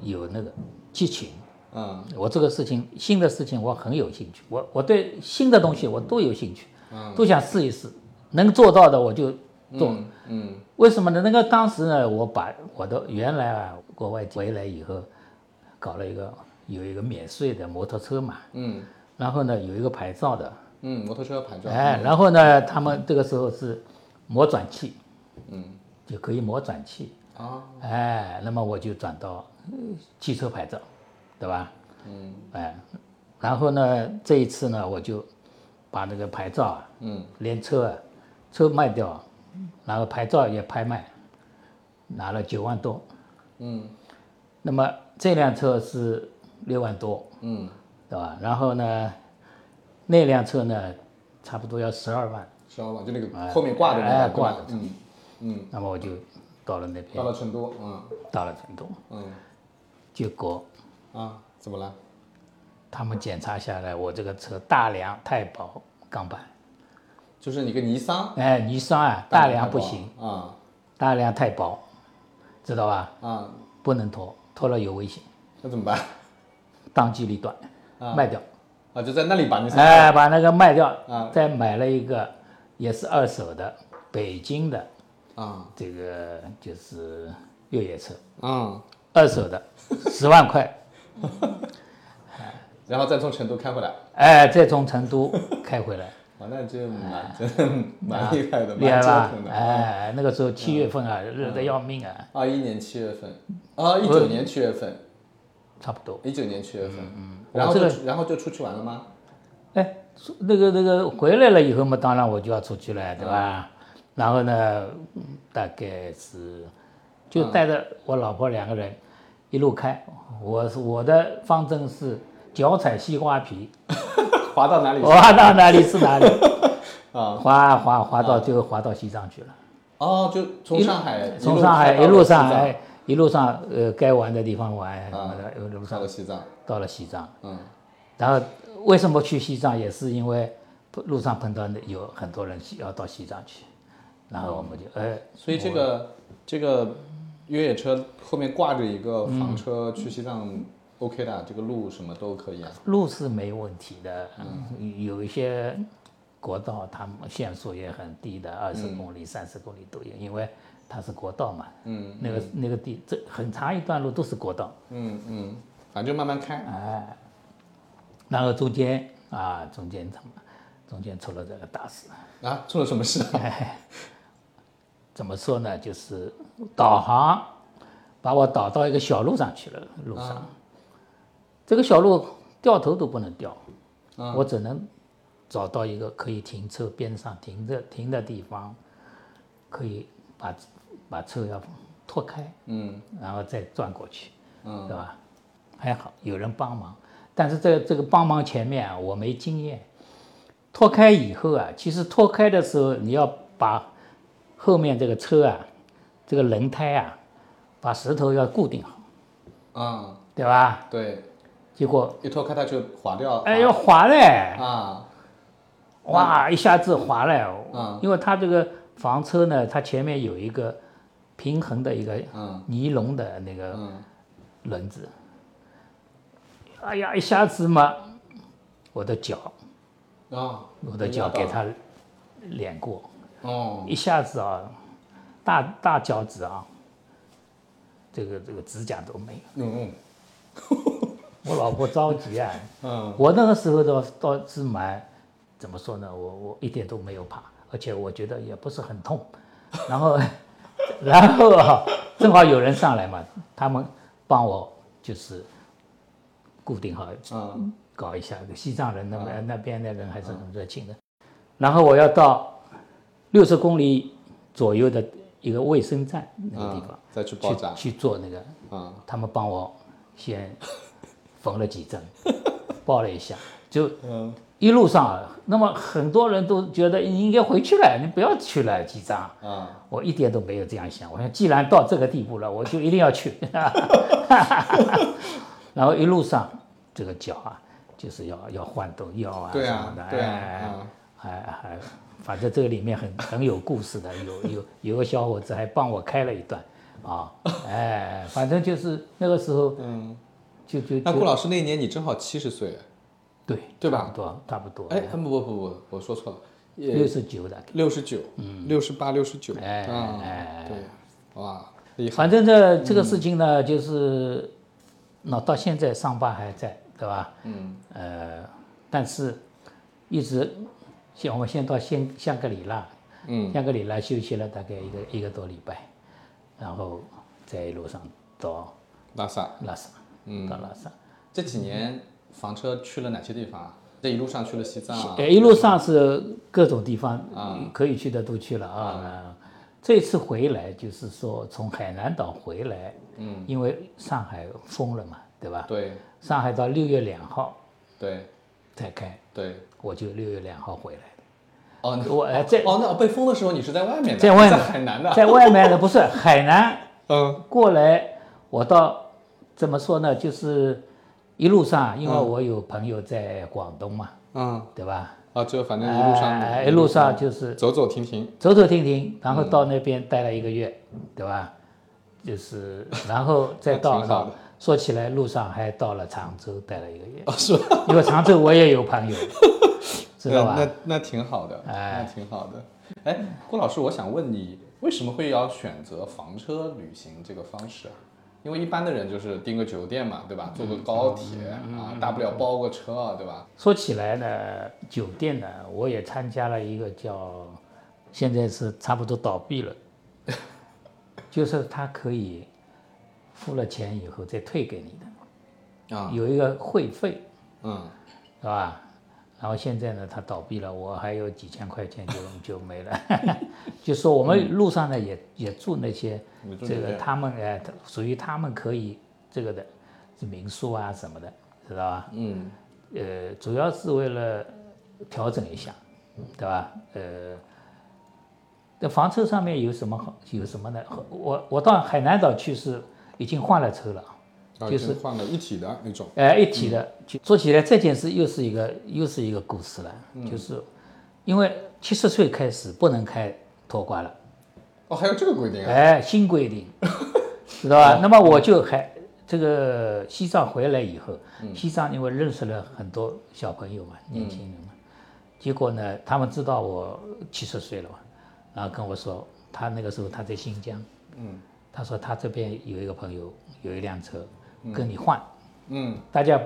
[SPEAKER 2] 有那个激情，
[SPEAKER 1] 嗯
[SPEAKER 2] 我这个事情新的事情我很有兴趣，我我对新的东西我都有兴趣，
[SPEAKER 1] 嗯
[SPEAKER 2] 都想试一试，能做到的我就做。
[SPEAKER 1] 嗯嗯
[SPEAKER 2] 为什么呢？那个当时呢，我把我的原来啊，国外回来以后，搞了一个有一个免税的摩托车嘛，
[SPEAKER 1] 嗯
[SPEAKER 2] 然后呢有一个牌照的，
[SPEAKER 1] 嗯，摩托车牌照。
[SPEAKER 2] 哎，然后呢他们这个时候是磨转器，
[SPEAKER 1] 嗯
[SPEAKER 2] 就可以磨转器，
[SPEAKER 1] 啊
[SPEAKER 2] 哎，那么我就转到呃汽车牌照，对吧？
[SPEAKER 1] 嗯
[SPEAKER 2] 哎，然后呢，这一次呢，我就把那个牌照啊，
[SPEAKER 1] 嗯
[SPEAKER 2] 连车啊，车卖掉，然后牌照也拍卖，拿了九万多。
[SPEAKER 1] 嗯
[SPEAKER 2] 那么这辆车是六万多，
[SPEAKER 1] 嗯，
[SPEAKER 2] 对吧？然后呢，那辆车呢，差不多要十二万。
[SPEAKER 1] 知道吧？就那个后面挂的那
[SPEAKER 2] 哎
[SPEAKER 1] 个
[SPEAKER 2] 挂的
[SPEAKER 1] 对吧嗯嗯，
[SPEAKER 2] 那么我就到了那边
[SPEAKER 1] 到，了成都，嗯
[SPEAKER 2] 到了成都，
[SPEAKER 1] 嗯
[SPEAKER 2] 结果
[SPEAKER 1] 啊，怎么了？
[SPEAKER 2] 他们检查下来，我这个车大梁、太保、钢板，
[SPEAKER 1] 就是你个尼桑
[SPEAKER 2] 哎，尼桑啊，大梁不行，
[SPEAKER 1] 啊
[SPEAKER 2] 大梁太薄，知道吧？
[SPEAKER 1] 啊，
[SPEAKER 2] 不能拖，拖了有危险，
[SPEAKER 1] 那怎么办？ <laughs>
[SPEAKER 2] 当机立断，卖掉。
[SPEAKER 1] 啊，就在那里把尼桑
[SPEAKER 2] 哎，把那个卖掉，
[SPEAKER 1] 啊
[SPEAKER 2] 再买了一个，也是二手的，北京的
[SPEAKER 1] 啊
[SPEAKER 2] 这个就是越野车，
[SPEAKER 1] 嗯，
[SPEAKER 2] 二手的，十万块，
[SPEAKER 1] 然后再从成都开回来。
[SPEAKER 2] 哎，再从成都开回来，
[SPEAKER 1] 啊，那这蛮真的蛮厉害的，嗯
[SPEAKER 2] 厉害
[SPEAKER 1] 蛮折
[SPEAKER 2] 吧
[SPEAKER 1] 腾？的。
[SPEAKER 2] 哎，那个时候七月份啊，热得要命啊，
[SPEAKER 1] 二一年七月份，啊，一九年七月份，
[SPEAKER 2] 差不多。
[SPEAKER 1] 一九年七月份，
[SPEAKER 2] 嗯我
[SPEAKER 1] 然后
[SPEAKER 2] 这
[SPEAKER 1] 就
[SPEAKER 2] 个
[SPEAKER 1] 出然后就出去玩了吗？ <laughs> 嗯
[SPEAKER 2] 哎，出那个那个回来了以后嘛，当然我就要出去了，对吧？
[SPEAKER 1] 嗯
[SPEAKER 2] 然后呢，嗯大概是就带着我老婆两个人一路开。我是我的方针是脚踩西瓜皮，
[SPEAKER 1] 滑到哪里去？ <laughs>
[SPEAKER 2] 滑到哪里是哪里，
[SPEAKER 1] 啊，
[SPEAKER 2] 滑滑滑到最后滑到西藏去了。
[SPEAKER 1] 哦，就从上海，
[SPEAKER 2] 从上海一路上
[SPEAKER 1] 海
[SPEAKER 2] 海一路上呃该玩的地方玩
[SPEAKER 1] 嗯
[SPEAKER 2] 什么的，一路
[SPEAKER 1] 到
[SPEAKER 2] 上
[SPEAKER 1] 了西藏，
[SPEAKER 2] 到了西藏。
[SPEAKER 1] 嗯
[SPEAKER 2] 然后为什么去西藏，也是因为路上碰到有很多人要到西藏去，然后我们就哎，
[SPEAKER 1] 所以这个这个越野车后面挂着一个
[SPEAKER 2] 嗯
[SPEAKER 1] 房车去西藏，OK 的，这个路什么都可以啊。
[SPEAKER 2] 路是没问题的，
[SPEAKER 1] 嗯
[SPEAKER 2] 有一些国道他们限速也很低的，二十公里、三十公里都有，因为它是国道嘛，
[SPEAKER 1] 嗯
[SPEAKER 2] 那个那个地这很长一段路都是国道，
[SPEAKER 1] 嗯嗯，反正就慢慢开。
[SPEAKER 2] 哎然后中间啊中间怎么中间出了这个大事，
[SPEAKER 1] 啊，做了什么事啊？
[SPEAKER 2] 哎怎么说呢？就是导航把我导到一个小路上去了，路上、这个小路掉头都不能掉，我只能找到一个可以停车边上停的停的地方，可以把把车要拖开，
[SPEAKER 1] <laughs> 嗯
[SPEAKER 2] 然后再转过去，
[SPEAKER 1] 嗯
[SPEAKER 2] 对吧？还好有人帮忙，但是在这个帮忙前面啊，我没经验。脱开以后啊，其实脱开的时候，你要把后面这个车啊，这个轮胎啊，把石头要固定好，
[SPEAKER 1] 啊，
[SPEAKER 2] 对吧？
[SPEAKER 1] 对，
[SPEAKER 2] 结果
[SPEAKER 1] 一脱开它就滑掉。
[SPEAKER 2] 哎要滑嘞，
[SPEAKER 1] 啊，
[SPEAKER 2] 哇，一下子滑嘞，
[SPEAKER 1] 嗯
[SPEAKER 2] 因为它这个房车呢，它前面有一个平衡的一个
[SPEAKER 1] 嗯
[SPEAKER 2] 尼龙的那个
[SPEAKER 1] 嗯
[SPEAKER 2] 轮子。哎呀，一下子嘛，我的脚，
[SPEAKER 1] 啊，
[SPEAKER 2] 我的脚给它碾过，
[SPEAKER 1] 哦，
[SPEAKER 2] 一下子啊，大大脚趾啊，这个这个指甲都没有。
[SPEAKER 1] 嗯
[SPEAKER 2] 我老婆着急啊，
[SPEAKER 1] 嗯
[SPEAKER 2] 我那个时候倒倒是蛮，怎么说呢？我我一点都没有怕，而且我觉得也不是很痛。然后， <laughs> 然后啊，正好有人上来嘛，他们帮我就是固定好，
[SPEAKER 1] 嗯
[SPEAKER 2] 搞一下。西藏人那边、那边的人还是很热情的。然后我要到六十公里左右的一个卫生站那个地
[SPEAKER 1] 嗯
[SPEAKER 2] 方，，
[SPEAKER 1] 再去包扎，
[SPEAKER 2] 去去做那个，
[SPEAKER 1] 嗯，
[SPEAKER 2] 他们帮我先缝了几针，包了一下，就
[SPEAKER 1] 嗯
[SPEAKER 2] 一路上啊，那么很多人都觉得你应该回去了，你不要去了，机长。
[SPEAKER 1] 啊，
[SPEAKER 2] 我一点都没有这样想，我想既然到这个地步了，我就一定要去。 <laughs> 然后一路上这个脚啊，就是要要换动药啊
[SPEAKER 1] 对
[SPEAKER 2] 什
[SPEAKER 1] 啊
[SPEAKER 2] 么的，
[SPEAKER 1] 对啊
[SPEAKER 2] 哎
[SPEAKER 1] 嗯
[SPEAKER 2] 还还反正这个里面很很有故事的，有有有个小伙子还帮我开了一段啊，哎，反正就是那个时候
[SPEAKER 1] 嗯。
[SPEAKER 2] 就就
[SPEAKER 1] 那顾
[SPEAKER 2] 就
[SPEAKER 1] 老师那一年你正好七十岁，
[SPEAKER 2] 对
[SPEAKER 1] 对吧
[SPEAKER 2] 差不多差不多，
[SPEAKER 1] 哎，不不不不，我说错了，
[SPEAKER 2] 嗯
[SPEAKER 1] 呃
[SPEAKER 2] 六十九的，
[SPEAKER 1] 六十九，六十八、六十九，
[SPEAKER 2] 哎
[SPEAKER 1] 啊
[SPEAKER 2] 哎
[SPEAKER 1] 对，哇，哎厉害，
[SPEAKER 2] 反正这这个事情呢，就是那到现在伤疤还在，对吧？
[SPEAKER 1] 嗯，
[SPEAKER 2] 呃，但是一直像我们先到香香格里拉，
[SPEAKER 1] 嗯，
[SPEAKER 2] 香格里拉休息了大概一个一个多礼拜，然后在一路上到
[SPEAKER 1] 拉萨，
[SPEAKER 2] 拉萨，
[SPEAKER 1] 嗯
[SPEAKER 2] 到拉萨，
[SPEAKER 1] 这几年房车去了哪些地方啊？这一路上去了西藏啊，
[SPEAKER 2] 呃，一路上是各种地方
[SPEAKER 1] 啊
[SPEAKER 2] 可以去的都去了啊。这次回来就是说从海南岛回来，
[SPEAKER 1] 嗯，
[SPEAKER 2] 因为上海封了嘛，对吧？
[SPEAKER 1] 对
[SPEAKER 2] 上海到六月两号
[SPEAKER 1] 对
[SPEAKER 2] 再开，
[SPEAKER 1] 对，
[SPEAKER 2] 我就六月两号回来的。
[SPEAKER 1] 哦，那
[SPEAKER 2] 我哎在
[SPEAKER 1] 哦，那被封的时候你是在外面的，
[SPEAKER 2] 在外面
[SPEAKER 1] 在海南的，
[SPEAKER 2] 在外面的不是 <laughs> 海南
[SPEAKER 1] 嗯
[SPEAKER 2] 过来，我到怎么说呢？就是一路上，因为我有朋友在广东嘛，
[SPEAKER 1] 嗯，
[SPEAKER 2] 对吧？
[SPEAKER 1] 啊，就反正一路
[SPEAKER 2] 哎
[SPEAKER 1] 上嗯
[SPEAKER 2] 一路上就是
[SPEAKER 1] 走走停停，
[SPEAKER 2] 走走停停，然
[SPEAKER 1] 嗯
[SPEAKER 2] 后到那边待了一个月，对吧？就是然后再到
[SPEAKER 1] 挺好的
[SPEAKER 2] 说起来，路上还到了常州待了一个月，
[SPEAKER 1] 哦，是吧？
[SPEAKER 2] 因为常州我也有
[SPEAKER 1] <laughs>
[SPEAKER 2] 朋友，知道吧？
[SPEAKER 1] 嗯那那那挺好的，
[SPEAKER 2] 哎
[SPEAKER 1] 那挺好的。哎，郭老师，我想问你，为什么会要选择房车旅行这个方式啊？因为一般的人就是订个酒店嘛，对吧？坐个高铁
[SPEAKER 2] 嗯
[SPEAKER 1] 啊，大不了包个车啊，对吧？
[SPEAKER 2] 说起来呢，酒店呢，我也参加了一个叫，现在是差不多倒闭了， <laughs> 就是它可以付了钱以后再退给你的，
[SPEAKER 1] 啊，
[SPEAKER 2] 有一个会费，
[SPEAKER 1] 嗯，
[SPEAKER 2] 是吧？然后现在呢，它倒闭了，我还有几千块钱就就没了。 <laughs> 就说我们路上呢，也也住那些
[SPEAKER 1] 你住
[SPEAKER 2] 这
[SPEAKER 1] 酒
[SPEAKER 2] 个
[SPEAKER 1] 店
[SPEAKER 2] 他们哎，属于他们可以这个的民宿啊什么的，知道吧？
[SPEAKER 1] 嗯，
[SPEAKER 2] 呃，主要是为了调整一下，嗯对吧？呃，那房车上面有什么好？有什么呢？我我到海南岛去是已经换了车了，
[SPEAKER 1] 啊
[SPEAKER 2] 就
[SPEAKER 1] 已
[SPEAKER 2] 是
[SPEAKER 1] 经换了一体的那种，
[SPEAKER 2] 哎，一体的。就说起来这件事又是一个又是一个故事了，就是因为七十岁开始不能开拖挂了，
[SPEAKER 1] 哦，还有这个哦规定啊？
[SPEAKER 2] 哎，新
[SPEAKER 1] <laughs>
[SPEAKER 2] 规定，知道吧？那么我就还这个西藏回来以后，
[SPEAKER 1] 嗯
[SPEAKER 2] 西藏因为认识了很多小朋友嘛，年轻人嘛，结果呢，他们知道我七十岁了嘛，然后跟我说，他那个时候他在新疆，
[SPEAKER 1] 嗯
[SPEAKER 2] 他说他这边有一个朋友有一辆车，跟你换，
[SPEAKER 1] 嗯，
[SPEAKER 2] 大家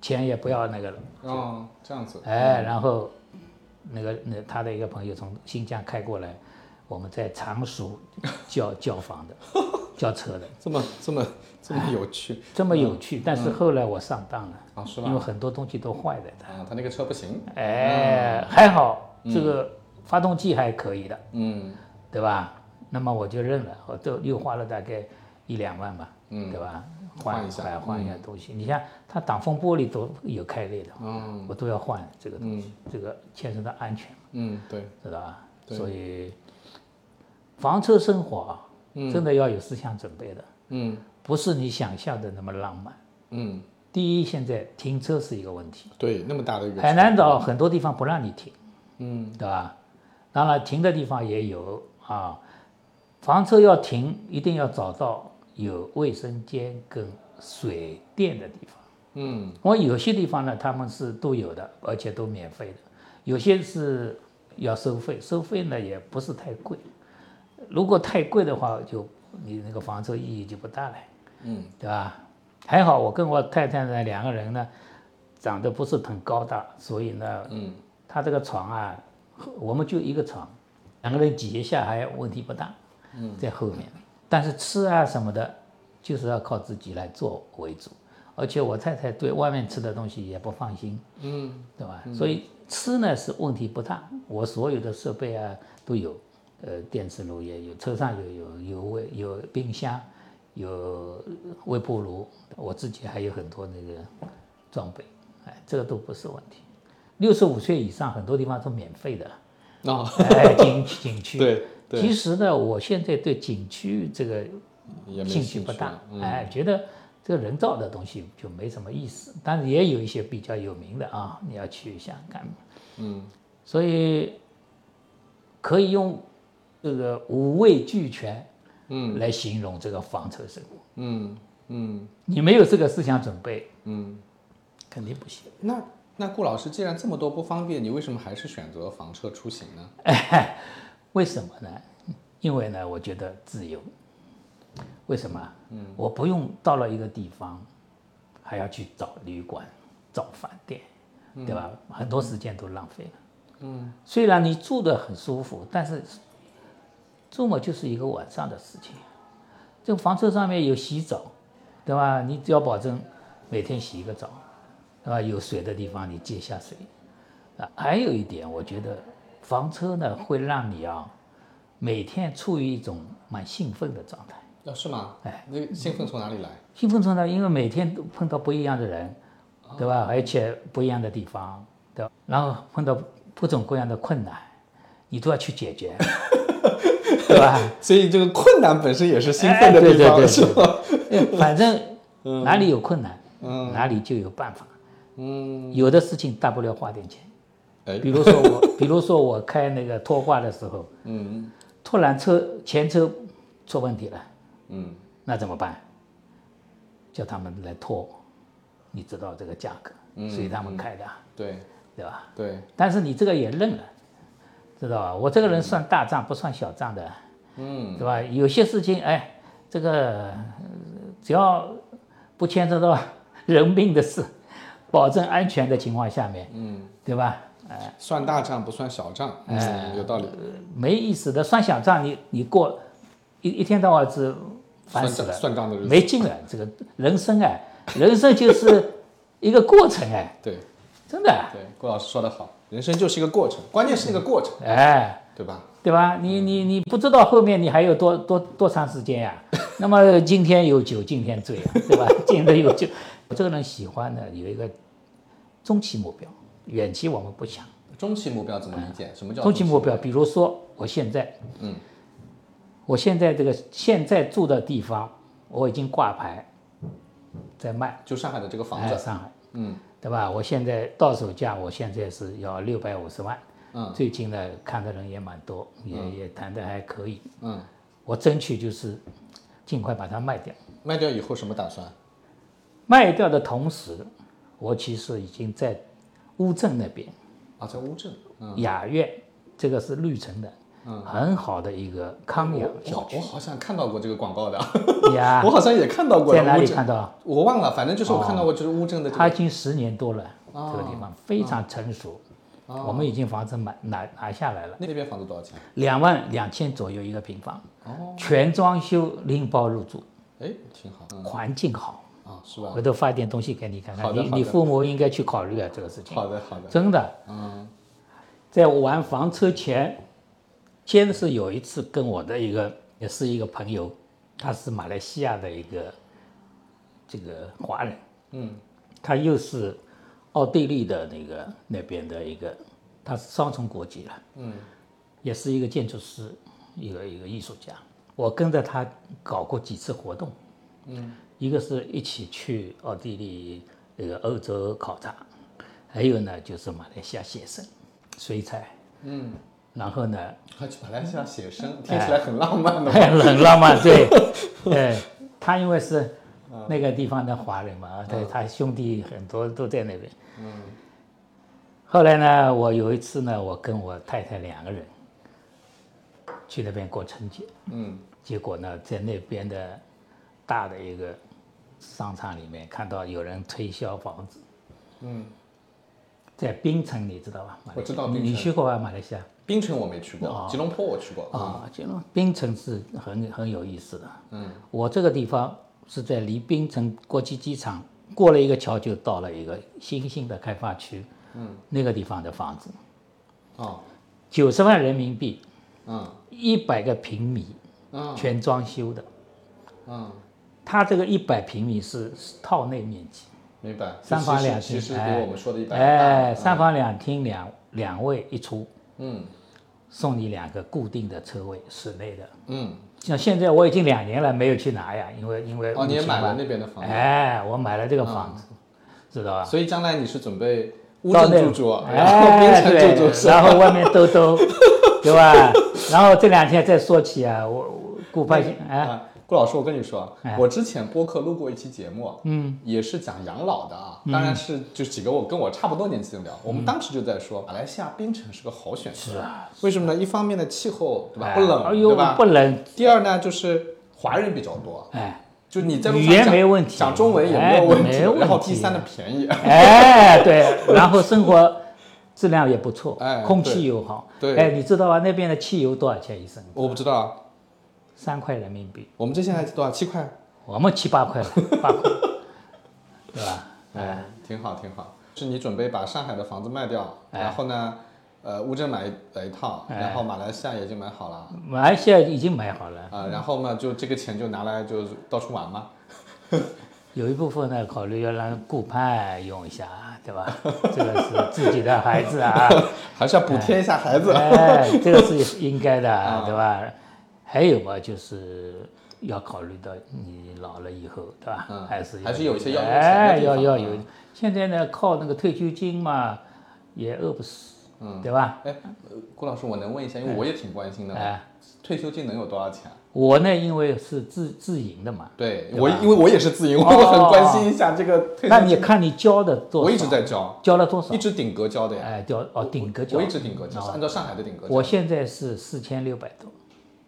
[SPEAKER 2] 钱也不要那个了，
[SPEAKER 1] 哦，这样子，
[SPEAKER 2] 哎，然后那个那他的一个朋友从新疆开过来，我们在常熟
[SPEAKER 1] <laughs>
[SPEAKER 2] 叫叫房的，叫车的，
[SPEAKER 1] 这么这么这么有趣
[SPEAKER 2] 这么有趣。但是后来我上当了，
[SPEAKER 1] 啊？嗯是
[SPEAKER 2] 因为
[SPEAKER 1] 吧？
[SPEAKER 2] 很多东西都坏的。
[SPEAKER 1] 啊，他那个车不行，
[SPEAKER 2] 哎，还好这个发动机还可以的，
[SPEAKER 1] 嗯
[SPEAKER 2] 对吧？那么我就认了，我就又花了大概一两万吧，
[SPEAKER 1] 嗯
[SPEAKER 2] 对吧？
[SPEAKER 1] 换
[SPEAKER 2] 换
[SPEAKER 1] 一下嗯
[SPEAKER 2] 换换一下东西。你像它挡风玻璃都有开裂的，
[SPEAKER 1] 嗯
[SPEAKER 2] 我都要换这个东西
[SPEAKER 1] 嗯，
[SPEAKER 2] 这个牵涉到安全。
[SPEAKER 1] 嗯，对，
[SPEAKER 2] 知道吧？
[SPEAKER 1] 对
[SPEAKER 2] 所以，房车生活啊，真的要有思想准备的，
[SPEAKER 1] 嗯
[SPEAKER 2] 不是你想象的那么浪漫。
[SPEAKER 1] 嗯，
[SPEAKER 2] 第一，现在停车是一个问题，
[SPEAKER 1] 对，那么大的一个
[SPEAKER 2] 海南岛很多地方不让你停，
[SPEAKER 1] 嗯，
[SPEAKER 2] 对吧？当然，停的地方也有啊。房车要停，一定要找到有卫生间跟水电的地方。
[SPEAKER 1] 嗯
[SPEAKER 2] 我有些地方呢，他们是都有的，而且都免费的，有些是要收费，收费呢也不是太贵。如果太贵的话，就你那个房车意义就不大了，
[SPEAKER 1] 嗯
[SPEAKER 2] 对吧？还好我跟我太太呢两个人呢，长得不是很高大，所以呢，
[SPEAKER 1] 嗯
[SPEAKER 2] 她这个床啊，我们就一个床，两个人挤一下还问题不大，嗯，在后面。但是吃啊什么的，就是要靠自己来做为主。而且我太太对外面吃的东西也不放心，
[SPEAKER 1] 嗯
[SPEAKER 2] 对吧？所以吃呢是问题不大，我所有的设备啊都有，呃电磁炉也有，车上有有有微有冰箱，有微波炉，我自己还有很多那个装备，哎，这个都不是问题。六十五岁以上，很多地方都免费的，
[SPEAKER 1] 啊，
[SPEAKER 2] 哎，景景区。
[SPEAKER 1] 对对
[SPEAKER 2] 其实呢，我现在对景区这个
[SPEAKER 1] 也没
[SPEAKER 2] 兴
[SPEAKER 1] 趣
[SPEAKER 2] 趣不大，
[SPEAKER 1] 嗯
[SPEAKER 2] 哎，觉得这个人造的东西就没什么意思。但是也有一些比较有名的啊，你要去一下看。
[SPEAKER 1] 嗯，
[SPEAKER 2] 所以可以用这个五味俱全，
[SPEAKER 1] 嗯，
[SPEAKER 2] 来形容这个房车生活。
[SPEAKER 1] 嗯嗯
[SPEAKER 2] 你没有这个思想准备，
[SPEAKER 1] 嗯。
[SPEAKER 2] 肯定不行。
[SPEAKER 1] 那那顾老师，既然这么多不方便，你为什么还是选择房车出行呢？
[SPEAKER 2] 为什么呢？因为呢，我觉得自由。为什么？嗯，我不用到了一个地方，还要去找旅馆、找饭店，对吧？很多时间都浪费了。嗯，虽然你住的很舒服，但是住嘛就是一个晚上的事情。这个房车上面有洗澡，对吧？你只要保证每天洗一个澡，对吧？有水的地方你接一下水，啊，还有一点，我觉得房车呢会让你啊，每天处于一种蛮兴奋的状态。
[SPEAKER 1] 啊，是吗？哎，那兴奋从哪里来？
[SPEAKER 2] 兴奋状态，因为每天都碰到不一样的人，对吧？而且不一样的地方，对吧？然后碰到各种各样的困难，你都要去解决，对吧？
[SPEAKER 1] 所以这个困难本身也是兴
[SPEAKER 2] 哎
[SPEAKER 1] 奋的
[SPEAKER 2] 对
[SPEAKER 1] 地
[SPEAKER 2] 对
[SPEAKER 1] 方，
[SPEAKER 2] 对
[SPEAKER 1] 是吧？
[SPEAKER 2] 对反正哪里有困难，哪里就有办法。
[SPEAKER 1] 嗯，
[SPEAKER 2] 有的事情大不了花点钱，
[SPEAKER 1] <laughs> 哎
[SPEAKER 2] 比，如说我，比如说我开那个拖挂的时候，
[SPEAKER 1] 嗯
[SPEAKER 2] 突然车前车出问题了，
[SPEAKER 1] 嗯
[SPEAKER 2] 那怎么办？叫他们来拖，你知道这个价格，
[SPEAKER 1] 嗯
[SPEAKER 2] 所以他们开的，
[SPEAKER 1] 对
[SPEAKER 2] 对吧？
[SPEAKER 1] 对，
[SPEAKER 2] 但是你这个也认了，知道吧？我这个人算大账不算小账的，
[SPEAKER 1] 嗯
[SPEAKER 2] 对吧？有些事情，哎，这个呃只要不牵扯到人命的事，保证安全的情况下面，
[SPEAKER 1] 嗯，
[SPEAKER 2] 对吧？
[SPEAKER 1] 算大账不算小账，
[SPEAKER 2] 哎
[SPEAKER 1] 嗯，有道理。
[SPEAKER 2] 没意思的，算小账你你过一一天到晚只烦
[SPEAKER 1] 算
[SPEAKER 2] 死
[SPEAKER 1] 账
[SPEAKER 2] 了，
[SPEAKER 1] 算账的日子，
[SPEAKER 2] 没劲了。这个人生啊，人生就是一个过程哎，
[SPEAKER 1] 对
[SPEAKER 2] 真的啊
[SPEAKER 1] 对，顾老师说得好，人生就是一个过程，关键是那个过程，
[SPEAKER 2] 哎，
[SPEAKER 1] 对吧？
[SPEAKER 2] 对吧？你你你不知道后面你还有多多多长时间呀、那么今天有酒今天醉啊，对吧？ <laughs> 今天有酒，我这个人喜欢的有一个中期目标，远期我们不想。
[SPEAKER 1] 中期目标怎么理解？什么叫
[SPEAKER 2] 中期目标，比如说我现在，
[SPEAKER 1] 嗯，
[SPEAKER 2] 我现在这个现在住的地方，我已经挂牌在卖，
[SPEAKER 1] 就上海的这个房
[SPEAKER 2] 哎，
[SPEAKER 1] 子，
[SPEAKER 2] 上海，
[SPEAKER 1] 嗯
[SPEAKER 2] 对吧？我现在到手价，我现在是要六百五十万。
[SPEAKER 1] 嗯
[SPEAKER 2] 最近呢，看的人也蛮多，也、也谈的还可以。
[SPEAKER 1] 嗯，
[SPEAKER 2] 我争取就是尽快把它卖掉。
[SPEAKER 1] 卖掉以后什么打算？
[SPEAKER 2] 卖掉的同时，我其实已经在乌镇那边
[SPEAKER 1] 啊，在乌镇，嗯，
[SPEAKER 2] 雅苑，这个是绿城的，很好的一个康养
[SPEAKER 1] 我
[SPEAKER 2] 小
[SPEAKER 1] 好我好像看到过这个广告的，
[SPEAKER 2] 区呀
[SPEAKER 1] <laughs> 我。好像也看到过。
[SPEAKER 2] 啊在哪
[SPEAKER 1] 乌
[SPEAKER 2] 里
[SPEAKER 1] 镇
[SPEAKER 2] 看哦到？
[SPEAKER 1] 我忘了，反正就是我看到过，就是乌镇的这
[SPEAKER 2] 它已
[SPEAKER 1] 个。
[SPEAKER 2] 经十年多了，
[SPEAKER 1] 哦
[SPEAKER 2] 这个地方非常成熟。我们已经房子买拿拿下来了，
[SPEAKER 1] 那边房子多少钱？
[SPEAKER 2] 两万两千左右一个平方，
[SPEAKER 1] 哦
[SPEAKER 2] 全装修，拎包入住，
[SPEAKER 1] 哎，挺好，嗯
[SPEAKER 2] 环境好。
[SPEAKER 1] 啊，是吧
[SPEAKER 2] 回？头发一点东西给你看
[SPEAKER 1] 好
[SPEAKER 2] 看，
[SPEAKER 1] 的
[SPEAKER 2] 你
[SPEAKER 1] 好的
[SPEAKER 2] 你父母应该去考虑啊这个事情。
[SPEAKER 1] 好的，好的，
[SPEAKER 2] 真的，
[SPEAKER 1] 嗯
[SPEAKER 2] 在玩房车前，先是有一次跟我的一个也是一个朋友，他是马来西亚的一个这个华人，
[SPEAKER 1] 嗯
[SPEAKER 2] 他又是奥地利的那个那边的一个，他是双重国籍了，
[SPEAKER 1] 嗯
[SPEAKER 2] 也是一个建筑师，一个一个艺术家。我跟着他搞过几次活动，
[SPEAKER 1] 嗯，
[SPEAKER 2] 一个是一起去奥地利那个欧洲考察，还有呢就是马来西亚写生、水彩，
[SPEAKER 1] 嗯，
[SPEAKER 2] 然后呢
[SPEAKER 1] 还去马啊来西亚写
[SPEAKER 2] 哎
[SPEAKER 1] 生，听起来很浪漫的。
[SPEAKER 2] 很浪漫，对，
[SPEAKER 1] <laughs>
[SPEAKER 2] 哎，他因为是
[SPEAKER 1] 啊
[SPEAKER 2] 那个地方的华人嘛，对，他兄弟很多都在那边。嗯。后来呢，我有一次呢，我跟我太太两个人去那边过春节，
[SPEAKER 1] 嗯
[SPEAKER 2] 结果呢，在那边的大的一个商场里面看到有人推销房子，
[SPEAKER 1] 嗯，
[SPEAKER 2] 在槟城，你知道吧？马来
[SPEAKER 1] 我知道
[SPEAKER 2] 你
[SPEAKER 1] 槟
[SPEAKER 2] 你
[SPEAKER 1] 城
[SPEAKER 2] 去过吧？马来西亚？
[SPEAKER 1] 槟城我没去
[SPEAKER 2] 哦
[SPEAKER 1] 过，吉隆坡我去过。
[SPEAKER 2] 啊，就那槟城是很很有意思的。
[SPEAKER 1] 嗯，
[SPEAKER 2] 我这个地方是在离槟城国际机场过了一个桥就到了一个新兴的开发区。嗯，那个地方的房子
[SPEAKER 1] 啊
[SPEAKER 2] 九十万人民币，
[SPEAKER 1] 啊嗯
[SPEAKER 2] 一百个平米
[SPEAKER 1] 嗯
[SPEAKER 2] 全装修的，啊
[SPEAKER 1] 嗯，
[SPEAKER 2] 它这个一百平米是是套内面积，
[SPEAKER 1] 明白。就
[SPEAKER 2] 三
[SPEAKER 1] 其
[SPEAKER 2] 房
[SPEAKER 1] 实
[SPEAKER 2] 两
[SPEAKER 1] 其
[SPEAKER 2] 厅
[SPEAKER 1] 实，比
[SPEAKER 2] 哎
[SPEAKER 1] 我们说的一百啊
[SPEAKER 2] 哎，三
[SPEAKER 1] 房
[SPEAKER 2] 房两厅两两卫一厨，
[SPEAKER 1] 嗯
[SPEAKER 2] 送你两个固定的车位，室内的。
[SPEAKER 1] 嗯
[SPEAKER 2] 像现在我已经两年了没有去拿呀，因为因为
[SPEAKER 1] 哦你也
[SPEAKER 2] 疫情嘛
[SPEAKER 1] 买了那边的房子
[SPEAKER 2] 哎，我买了这个房子，知道吧？
[SPEAKER 1] 所以将来你是准备乌
[SPEAKER 2] 到
[SPEAKER 1] 镇
[SPEAKER 2] 那
[SPEAKER 1] 住住，啊然后
[SPEAKER 2] 哎，
[SPEAKER 1] 边城住
[SPEAKER 2] 对
[SPEAKER 1] 住，是
[SPEAKER 2] 然
[SPEAKER 1] 吧？
[SPEAKER 2] 后外面
[SPEAKER 1] <laughs>
[SPEAKER 2] 兜兜，对吧？然后这两天再说起啊，我我顾盼星，哎，
[SPEAKER 1] 啊，顾老师，我跟你说
[SPEAKER 2] 哎，
[SPEAKER 1] 我之前播客录过一期节目，嗯，也是讲养老的啊，
[SPEAKER 2] 嗯
[SPEAKER 1] 当然是就几个我跟我差不多年纪的聊，我们当时就在说，马来西亚槟城是个好选择，为什么呢？一方面呢，气候对吧，
[SPEAKER 2] 啊哎
[SPEAKER 1] 啊不冷，
[SPEAKER 2] 哎呦
[SPEAKER 1] 对吧
[SPEAKER 2] 不？冷，
[SPEAKER 1] 第二呢，就是华人比较多， <laughs>
[SPEAKER 2] 哎，
[SPEAKER 1] 就你在路上
[SPEAKER 2] 语言
[SPEAKER 1] 讲
[SPEAKER 2] 没问题
[SPEAKER 1] 讲中文也没
[SPEAKER 2] 哎
[SPEAKER 1] 有问题
[SPEAKER 2] 没问，题
[SPEAKER 1] 然后第三呢，便宜，
[SPEAKER 2] 哎，对，然后生活质量也不错，
[SPEAKER 1] 哎
[SPEAKER 2] 空气又好，
[SPEAKER 1] 对
[SPEAKER 2] 哎，你知道吧？那边的汽油多少钱一升？
[SPEAKER 1] 我不知道啊，
[SPEAKER 2] 三块人民币，
[SPEAKER 1] 我们这现在多少？七块？
[SPEAKER 2] 我们七八块了，
[SPEAKER 1] <laughs>
[SPEAKER 2] 八块，对吧？
[SPEAKER 1] 哎，挺好，挺好。是你准备把上海的房子卖掉，
[SPEAKER 2] 哎
[SPEAKER 1] 然后呢，呃，乌镇买一买一套，
[SPEAKER 2] 哎嗯
[SPEAKER 1] 然后马来西亚也就买好了。
[SPEAKER 2] 马来西亚已经买好了，
[SPEAKER 1] 啊、然后嘛，就这个钱就拿来就到处玩嘛。
[SPEAKER 2] 有一部分呢考虑要让顾盼用一下，对
[SPEAKER 1] <laughs>
[SPEAKER 2] 吧？这个是自己的孩子啊，
[SPEAKER 1] 还 <laughs> 是要补贴一下孩子。
[SPEAKER 2] 哎，这个是应该的
[SPEAKER 1] <laughs>
[SPEAKER 2] 啊
[SPEAKER 1] 啊，
[SPEAKER 2] 对吧？还有嘛，就是要考虑到你老了以后，对吧？
[SPEAKER 1] 嗯
[SPEAKER 2] 还是
[SPEAKER 1] 还是有一些要用钱的
[SPEAKER 2] 哎，
[SPEAKER 1] 地
[SPEAKER 2] 要
[SPEAKER 1] 方
[SPEAKER 2] 要
[SPEAKER 1] 啊
[SPEAKER 2] 有。现在呢，靠那个退休金嘛，也饿不死，
[SPEAKER 1] 嗯
[SPEAKER 2] 对吧？
[SPEAKER 1] 哎，呃顾老师，我能问一下，因为我也挺关心的嘛，
[SPEAKER 2] 哎
[SPEAKER 1] 退休金能有多少钱？
[SPEAKER 2] 我呢，因为是自自营的嘛，
[SPEAKER 1] 对
[SPEAKER 2] 对
[SPEAKER 1] 我，
[SPEAKER 2] 吧
[SPEAKER 1] 因为我也是自营，我
[SPEAKER 2] 哦
[SPEAKER 1] 很关心一下这个退休金。
[SPEAKER 2] 那你看你交的多少？
[SPEAKER 1] 我一直在交，
[SPEAKER 2] 交了多少
[SPEAKER 1] 一？直顶格交的呀。
[SPEAKER 2] 哎，交哦，顶格交，
[SPEAKER 1] 我一直顶格交，
[SPEAKER 2] 哦
[SPEAKER 1] 是按照上海的顶格交。
[SPEAKER 2] 我现在是四千六百多，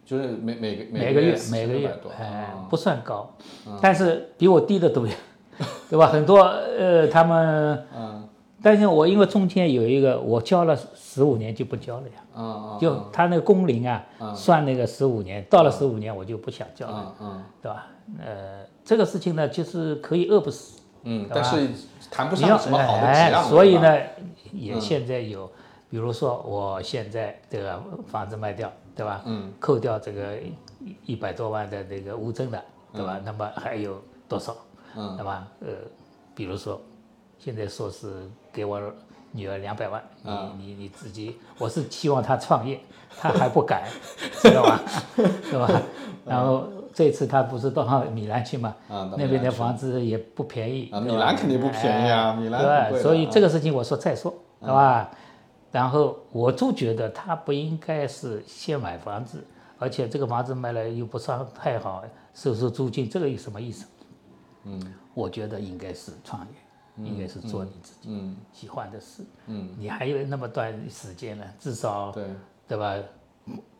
[SPEAKER 1] 就是每每个
[SPEAKER 2] 每
[SPEAKER 1] 个
[SPEAKER 2] 个月
[SPEAKER 1] 四
[SPEAKER 2] 每个
[SPEAKER 1] 600
[SPEAKER 2] 月
[SPEAKER 1] 多，，
[SPEAKER 2] 哎
[SPEAKER 1] 嗯，
[SPEAKER 2] 不算高，但是比我低的都有， <laughs> 对吧？很多呃，他们，
[SPEAKER 1] 嗯
[SPEAKER 2] 但是我因为中间有一个，我交了十五年就不交了呀，
[SPEAKER 1] 嗯嗯，
[SPEAKER 2] 就
[SPEAKER 1] 嗯
[SPEAKER 2] 他那个工龄啊，
[SPEAKER 1] 嗯
[SPEAKER 2] 算那个十五年，到了十五年我就不想交了，
[SPEAKER 1] 嗯嗯
[SPEAKER 2] 对吧？呃，这个事情呢，就是可以饿不死，
[SPEAKER 1] 嗯，
[SPEAKER 2] 对吧
[SPEAKER 1] 但是谈不
[SPEAKER 2] 你要
[SPEAKER 1] 上什么好的质
[SPEAKER 2] 哎
[SPEAKER 1] 量，
[SPEAKER 2] 所以
[SPEAKER 1] 对吧，嗯
[SPEAKER 2] 呢，也现在有，比如说我现在这个房子卖掉，对吧？
[SPEAKER 1] 嗯，
[SPEAKER 2] 扣掉这个一一百多万的这个物证的，对吧？那么还有多少？
[SPEAKER 1] 嗯
[SPEAKER 2] 那么呃，比如说现在说是给我女儿两百万，你、
[SPEAKER 1] 嗯
[SPEAKER 2] 你你自己，我是期望她创业，她还不敢， <laughs> 知
[SPEAKER 1] <laughs>
[SPEAKER 2] 道吧？对
[SPEAKER 1] 嗯
[SPEAKER 2] 吧？然后这次她不是到米兰去嘛，
[SPEAKER 1] 嗯到
[SPEAKER 2] 那
[SPEAKER 1] 米
[SPEAKER 2] 边
[SPEAKER 1] 兰
[SPEAKER 2] 的
[SPEAKER 1] 去
[SPEAKER 2] 房子也不便宜，
[SPEAKER 1] 啊
[SPEAKER 2] 对
[SPEAKER 1] 米
[SPEAKER 2] 吧
[SPEAKER 1] 兰肯定不便宜啊
[SPEAKER 2] 哎
[SPEAKER 1] 米兰
[SPEAKER 2] 对
[SPEAKER 1] 很贵
[SPEAKER 2] 吧？
[SPEAKER 1] 的
[SPEAKER 2] 所以
[SPEAKER 1] 啊嗯
[SPEAKER 2] 这个事情我说再说，对吧？然后我就觉得他不应该是先买房子，而且这个房子卖了又不算太好，收收租金，这个有什么意思？
[SPEAKER 1] 嗯
[SPEAKER 2] 我觉得应该是创业，应该是做你自己
[SPEAKER 1] 嗯
[SPEAKER 2] 喜欢的事。
[SPEAKER 1] 嗯，
[SPEAKER 2] 你还有那么段时间呢，至少
[SPEAKER 1] 对，
[SPEAKER 2] 对吧？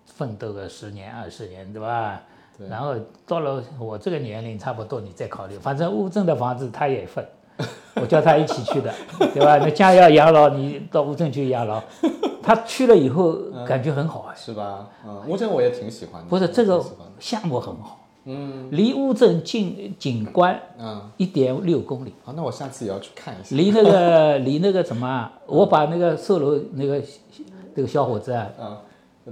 [SPEAKER 2] 奋斗个十年二十年，对吧？
[SPEAKER 1] 对
[SPEAKER 2] 然后到了我这个年龄，差不多你再考虑。反正乌镇的房子他也分， <laughs> 我叫他一起去的， <laughs> 对吧？那家要养老，你到乌镇去养老。他去了以后
[SPEAKER 1] 嗯
[SPEAKER 2] 感觉很好哎，
[SPEAKER 1] 是吧？嗯，乌镇我也挺喜欢的，
[SPEAKER 2] 不是这
[SPEAKER 1] 我
[SPEAKER 2] 个
[SPEAKER 1] 挺喜欢的
[SPEAKER 2] 项目很好，
[SPEAKER 1] 嗯
[SPEAKER 2] 离乌镇近景观
[SPEAKER 1] 嗯，
[SPEAKER 2] 一点六公里。
[SPEAKER 1] 好，那我下次也要去看一下。
[SPEAKER 2] 离那个 <laughs> 离那个什么啊，我把那个售楼那个这个小伙子啊，
[SPEAKER 1] 嗯，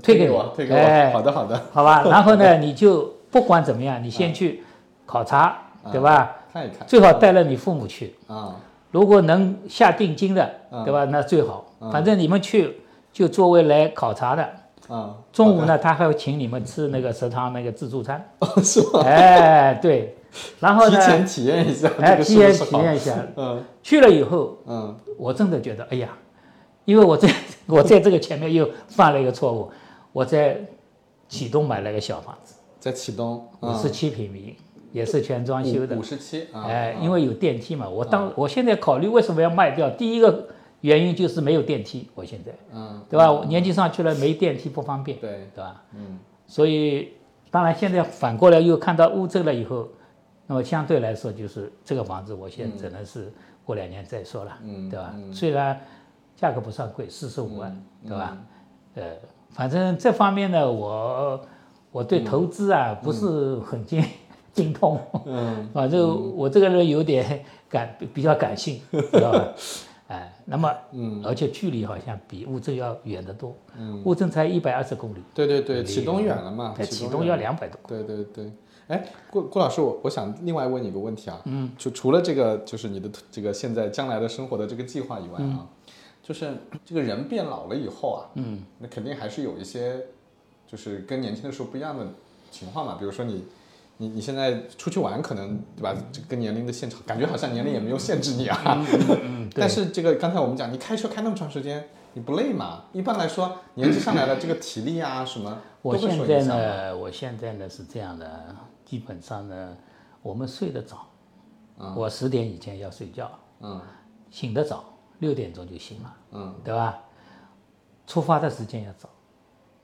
[SPEAKER 2] 推给
[SPEAKER 1] 给
[SPEAKER 2] 你
[SPEAKER 1] 我，推给我，
[SPEAKER 2] 哎
[SPEAKER 1] 好的好的，<laughs>
[SPEAKER 2] 好吧，然后呢，你就不管怎么样，你先
[SPEAKER 1] 啊
[SPEAKER 2] 去考察，对吧？
[SPEAKER 1] 看一看。
[SPEAKER 2] 最好带了你父母去，
[SPEAKER 1] 啊，
[SPEAKER 2] 如果能下定金的，对吧？那最好，
[SPEAKER 1] 啊
[SPEAKER 2] 反正你们去就作为来考察的。
[SPEAKER 1] 嗯，
[SPEAKER 2] 中午呢，他还会请你们吃那个食堂那个自助
[SPEAKER 1] <laughs>
[SPEAKER 2] 餐，
[SPEAKER 1] 嗯，是吧？
[SPEAKER 2] 哎，对，然后
[SPEAKER 1] 提
[SPEAKER 2] 呢，
[SPEAKER 1] 前体验一下，这
[SPEAKER 2] 哎，
[SPEAKER 1] 个
[SPEAKER 2] 体
[SPEAKER 1] 是不
[SPEAKER 2] 验
[SPEAKER 1] 是
[SPEAKER 2] 体
[SPEAKER 1] 好？
[SPEAKER 2] 验一下，
[SPEAKER 1] 嗯
[SPEAKER 2] 去了以后，
[SPEAKER 1] 嗯
[SPEAKER 2] 我真的觉得，哎呀，因为我在 <laughs> 我在这个前面又犯了一个错误，我在启东买了个小房子，
[SPEAKER 1] 在启东，嗯
[SPEAKER 2] 五十七平米，也是全装修的
[SPEAKER 1] 五。十七啊，
[SPEAKER 2] 哎，
[SPEAKER 1] 嗯
[SPEAKER 2] 因为有电梯嘛，我当我现在考虑为什么要卖掉，第一个原因就是没有电梯，我现在，
[SPEAKER 1] 嗯，
[SPEAKER 2] 对吧？我年纪上去了，没电梯不方便，
[SPEAKER 1] 对，
[SPEAKER 2] 对吧？
[SPEAKER 1] 嗯
[SPEAKER 2] 所以，当然现在反过来又看到乌镇了以后，那么相对来说就是这个房子，我现在只能是过两年再说了，
[SPEAKER 1] 嗯
[SPEAKER 2] 对吧？
[SPEAKER 1] 嗯
[SPEAKER 2] 虽然价格不算贵，四十五万，
[SPEAKER 1] 嗯
[SPEAKER 2] 对吧？呃，反正这方面呢，我我对投资啊、不是
[SPEAKER 1] <laughs>
[SPEAKER 2] 很精精通，
[SPEAKER 1] 嗯
[SPEAKER 2] 啊
[SPEAKER 1] <laughs>
[SPEAKER 2] <laughs> 反正我这个人有点感比较感性，知道吧？哎，那么，
[SPEAKER 1] 嗯，
[SPEAKER 2] 而且距离好像比乌镇要远得多，
[SPEAKER 1] 嗯，啊
[SPEAKER 2] 乌镇才一百二十公里，
[SPEAKER 1] 对对对，启东远了嘛，
[SPEAKER 2] 在
[SPEAKER 1] 启
[SPEAKER 2] 启
[SPEAKER 1] 东
[SPEAKER 2] 东
[SPEAKER 1] 远
[SPEAKER 2] 要
[SPEAKER 1] 了。
[SPEAKER 2] 两百多。
[SPEAKER 1] 对对对，哎，顾顾老师，我我想另外问你一个问题啊，嗯，就除了这个，就是你的这个现在将来的生活的这个计划以外
[SPEAKER 2] 嗯
[SPEAKER 1] 啊， <clears throat> 就是这个人变老了以后啊，嗯，那肯定还是有一些，就是跟年轻的时候不一样的情况嘛，比如说你。你你现在出去玩，可能对吧？这跟年龄的限制，感觉好像年龄也没有限制你啊。
[SPEAKER 2] 嗯，
[SPEAKER 1] <laughs>
[SPEAKER 2] 对
[SPEAKER 1] 但是这个刚才我们讲，你开车开那么长时间，你不累吗？一般来说，年纪上来了，这个体力啊什么都
[SPEAKER 2] 我
[SPEAKER 1] 会受
[SPEAKER 2] 现
[SPEAKER 1] 影
[SPEAKER 2] 在
[SPEAKER 1] 响吗。
[SPEAKER 2] 呢，我现在呢是这样的，基本上呢，我们睡得早，
[SPEAKER 1] 啊
[SPEAKER 2] 我十点以前要睡觉，
[SPEAKER 1] 嗯
[SPEAKER 2] 醒得早，六点钟就醒了，
[SPEAKER 1] 嗯，
[SPEAKER 2] 对吧？出发的时间要早，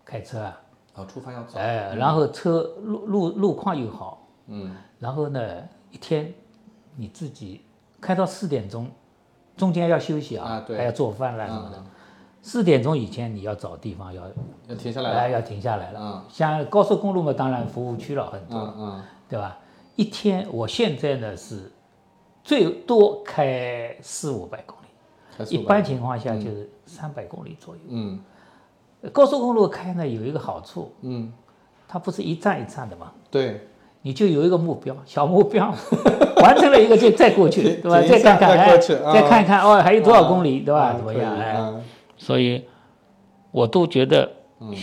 [SPEAKER 2] 开车啊，
[SPEAKER 1] 然后哦出发要早。
[SPEAKER 2] 哎，然后车路路路况又好，
[SPEAKER 1] 嗯
[SPEAKER 2] 然后呢，一天你自己开到四点钟，中间要休息啊，
[SPEAKER 1] 啊对
[SPEAKER 2] 还要做饭啦什么的。
[SPEAKER 1] 嗯，
[SPEAKER 2] 四点钟以前你要找地方要，
[SPEAKER 1] 要停下
[SPEAKER 2] 哎
[SPEAKER 1] 来了。
[SPEAKER 2] 要停下来了。
[SPEAKER 1] 嗯
[SPEAKER 2] 像高速公路嘛，当然服务区了很多，
[SPEAKER 1] 嗯嗯
[SPEAKER 2] 对吧？一天我现在呢是最多开四五百公里，
[SPEAKER 1] 开速吧，
[SPEAKER 2] 一般情况下就是三百公里左右。
[SPEAKER 1] 嗯
[SPEAKER 2] 高速公路开呢有一个好处，
[SPEAKER 1] 嗯，
[SPEAKER 2] 它不是一站一站的嘛，
[SPEAKER 1] 对，
[SPEAKER 2] 你就有一个目标，小目标， <laughs> 完成了一个就再过
[SPEAKER 1] <laughs>
[SPEAKER 2] 去，
[SPEAKER 1] 停
[SPEAKER 2] 对吧？
[SPEAKER 1] 停一
[SPEAKER 2] 再
[SPEAKER 1] 下
[SPEAKER 2] 看看，
[SPEAKER 1] 再
[SPEAKER 2] 哎
[SPEAKER 1] 过去啊
[SPEAKER 2] 再看看哦，还有多少
[SPEAKER 1] 啊
[SPEAKER 2] 公里，对吧？
[SPEAKER 1] 嗯
[SPEAKER 2] 怎么
[SPEAKER 1] 可以
[SPEAKER 2] 样？哎，
[SPEAKER 1] 嗯
[SPEAKER 2] 所以我都觉得，
[SPEAKER 1] 嗯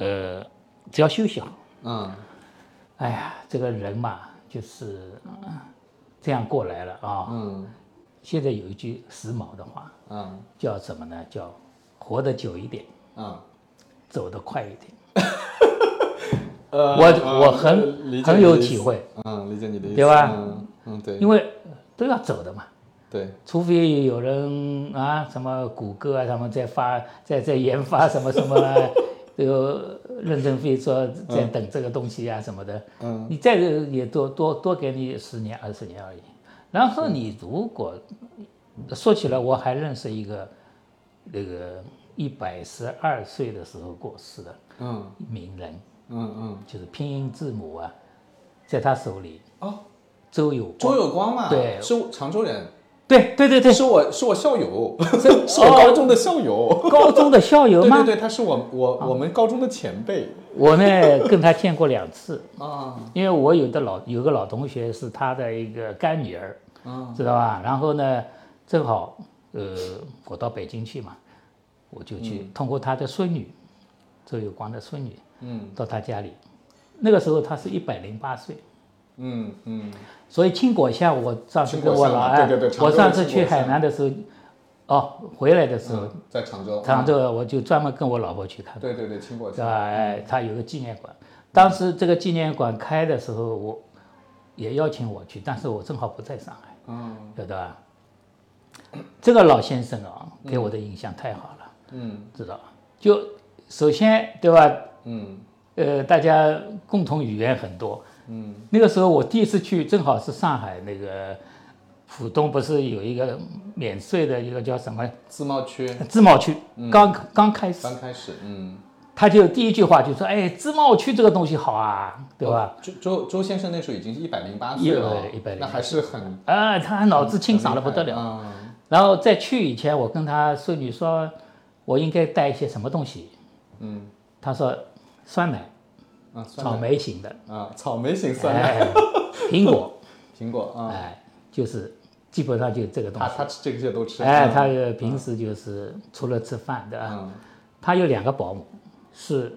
[SPEAKER 2] 呃，只要休息好，
[SPEAKER 1] 嗯
[SPEAKER 2] 哎呀，这个人嘛，就是嗯这样过来了啊。
[SPEAKER 1] 嗯
[SPEAKER 2] 现在有一句时髦的话，
[SPEAKER 1] 嗯
[SPEAKER 2] 叫什么呢？叫活得久一点，
[SPEAKER 1] 嗯，
[SPEAKER 2] 走得快一点。
[SPEAKER 1] 呃
[SPEAKER 2] 我
[SPEAKER 1] 嗯
[SPEAKER 2] 我很
[SPEAKER 1] 理解
[SPEAKER 2] 很
[SPEAKER 1] 你的
[SPEAKER 2] 有
[SPEAKER 1] 意
[SPEAKER 2] 体
[SPEAKER 1] 思
[SPEAKER 2] 会，
[SPEAKER 1] 嗯，理解你的意思，
[SPEAKER 2] 对吧
[SPEAKER 1] 嗯嗯，对，
[SPEAKER 2] 因
[SPEAKER 1] 为
[SPEAKER 2] 为都要走的嘛。
[SPEAKER 1] 对，
[SPEAKER 2] 除非有人啊，什么谷歌啊，他们在发在在研发什么什么、啊，这个任正非说在等这个东西啊什么的，
[SPEAKER 1] 嗯
[SPEAKER 2] 你再也多多多给你十年二十年而已。然后你如果说起来，我还认识一个那个一百十二岁的时候过世的
[SPEAKER 1] 嗯
[SPEAKER 2] 名人，
[SPEAKER 1] 嗯嗯，
[SPEAKER 2] 就是拼音字母啊，在他手里，
[SPEAKER 1] 哦，
[SPEAKER 2] 周有
[SPEAKER 1] 周
[SPEAKER 2] 光，
[SPEAKER 1] 有光嘛，
[SPEAKER 2] 对
[SPEAKER 1] 是我常州人，
[SPEAKER 2] 对对对对，
[SPEAKER 1] 是我是我校友，<laughs>
[SPEAKER 2] 这
[SPEAKER 1] 是我高中的校友，
[SPEAKER 2] 高中的校友
[SPEAKER 1] 对
[SPEAKER 2] 吗？哦
[SPEAKER 1] 对对，他是我我我们高中的前辈
[SPEAKER 2] 我呢跟他见过两次，
[SPEAKER 1] 啊
[SPEAKER 2] 因为我有的老有个老同学是他的一个干女儿，
[SPEAKER 1] 啊
[SPEAKER 2] 知道吧？然后呢，正好呃我到北京去嘛，我就去通过他的孙女，周有光的孙女
[SPEAKER 1] 嗯
[SPEAKER 2] 到他家里，那个时候他是一百零八岁，
[SPEAKER 1] 嗯嗯
[SPEAKER 2] 所以青果巷我上次跟我老
[SPEAKER 1] 青果巷嘛
[SPEAKER 2] 哎
[SPEAKER 1] 对对对，
[SPEAKER 2] 我上
[SPEAKER 1] 常州
[SPEAKER 2] 次
[SPEAKER 1] 的青
[SPEAKER 2] 去
[SPEAKER 1] 果巷
[SPEAKER 2] 海南的时候，哦回来的时候，
[SPEAKER 1] 嗯，在常州，
[SPEAKER 2] 常州我就专门跟我老婆去看
[SPEAKER 1] 对对对，青果
[SPEAKER 2] 对吧？哎，它有个纪念馆。当时这个纪念馆开的时候，我也邀请我去，但是我正好不在上海，
[SPEAKER 1] 嗯
[SPEAKER 2] 对吧？这个老先生啊，给我的印象太好了，
[SPEAKER 1] 嗯
[SPEAKER 2] 知道吧？就首先对吧？
[SPEAKER 1] 嗯
[SPEAKER 2] 呃，大家共同语言很多。
[SPEAKER 1] 嗯
[SPEAKER 2] 那个时候我第一次去，正好是上海那个浦东，不是有一个免税的一个叫什么
[SPEAKER 1] 自贸区
[SPEAKER 2] 自贸区，
[SPEAKER 1] 嗯
[SPEAKER 2] 刚刚开始，
[SPEAKER 1] 刚开始，嗯，
[SPEAKER 2] 他就第一句话就说：“哎，自贸区这个东西好啊，对吧？”
[SPEAKER 1] 哦？周周周先生那时候已经一百零八岁了，
[SPEAKER 2] 100 108
[SPEAKER 1] 那还是很
[SPEAKER 2] 啊，他脑子清傻的不得了。
[SPEAKER 1] 了。哦嗯
[SPEAKER 2] 然后在去以前，我跟他孙女说，我应该带一些什么东西。
[SPEAKER 1] 嗯
[SPEAKER 2] 他说，酸奶，
[SPEAKER 1] 啊，酸
[SPEAKER 2] 草
[SPEAKER 1] 奶
[SPEAKER 2] 莓型的，
[SPEAKER 1] 啊，草莓型酸奶，
[SPEAKER 2] 哎，
[SPEAKER 1] <laughs>
[SPEAKER 2] 苹果，
[SPEAKER 1] 苹果啊，
[SPEAKER 2] 哎，就是基本上就这个东
[SPEAKER 1] 他
[SPEAKER 2] 西。
[SPEAKER 1] 啊他吃这些都吃。
[SPEAKER 2] 哎，
[SPEAKER 1] 嗯
[SPEAKER 2] 他平时就是除了吃饭的啊，
[SPEAKER 1] 嗯
[SPEAKER 2] 他有两个保姆，是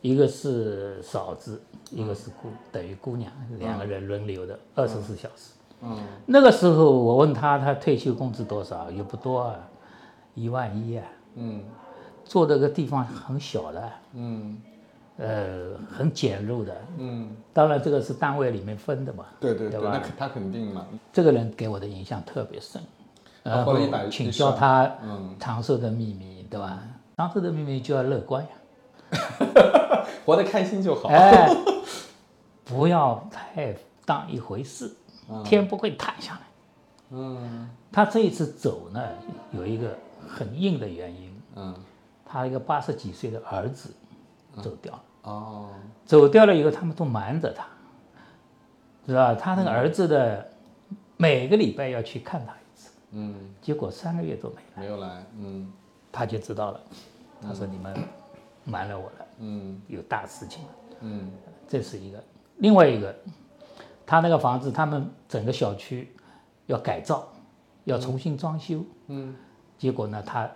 [SPEAKER 2] 一个是嫂子，一个是姑，等于姑娘，两个人轮流的，二十四小时。
[SPEAKER 1] 嗯
[SPEAKER 2] 那个时候我问他，他退休工资多少？也不多啊，一万一啊。
[SPEAKER 1] 嗯
[SPEAKER 2] 做这个地方很小的，
[SPEAKER 1] 嗯
[SPEAKER 2] 呃，很简陋的。
[SPEAKER 1] 嗯，
[SPEAKER 2] 当然，这个是单位里面分的嘛。
[SPEAKER 1] 对对
[SPEAKER 2] 对
[SPEAKER 1] 对，那
[SPEAKER 2] 吧
[SPEAKER 1] 肯他肯定嘛，
[SPEAKER 2] 这个人给我的影响特别深，
[SPEAKER 1] 啊
[SPEAKER 2] 然
[SPEAKER 1] 活
[SPEAKER 2] 后
[SPEAKER 1] 了100
[SPEAKER 2] 请教他
[SPEAKER 1] 嗯
[SPEAKER 2] 《长寿的秘密》，对吧？《长寿的秘密》就要乐观呀，
[SPEAKER 1] 活得开心就好。
[SPEAKER 2] 哎，
[SPEAKER 1] <laughs>
[SPEAKER 2] 不要太当一回事，天不会塌下来。
[SPEAKER 1] 嗯
[SPEAKER 2] 他这一次走呢，有一个很硬的原因，
[SPEAKER 1] 嗯
[SPEAKER 2] 他一个八十几岁的儿子走掉了。
[SPEAKER 1] 哦
[SPEAKER 2] 走掉了以后，他们都瞒着他，知道吧？他那个儿子的每个礼拜要去看他一次，
[SPEAKER 1] 嗯，
[SPEAKER 2] 结果三个月都没来，
[SPEAKER 1] 没有来，嗯
[SPEAKER 2] 他就知道了，他说你们瞒了我了，
[SPEAKER 1] 嗯
[SPEAKER 2] 有大事情了。
[SPEAKER 1] 嗯
[SPEAKER 2] 这是一个。另外一个，他那个房子，他们整个小区要改造，要重新装修，
[SPEAKER 1] 嗯，
[SPEAKER 2] 结果呢，他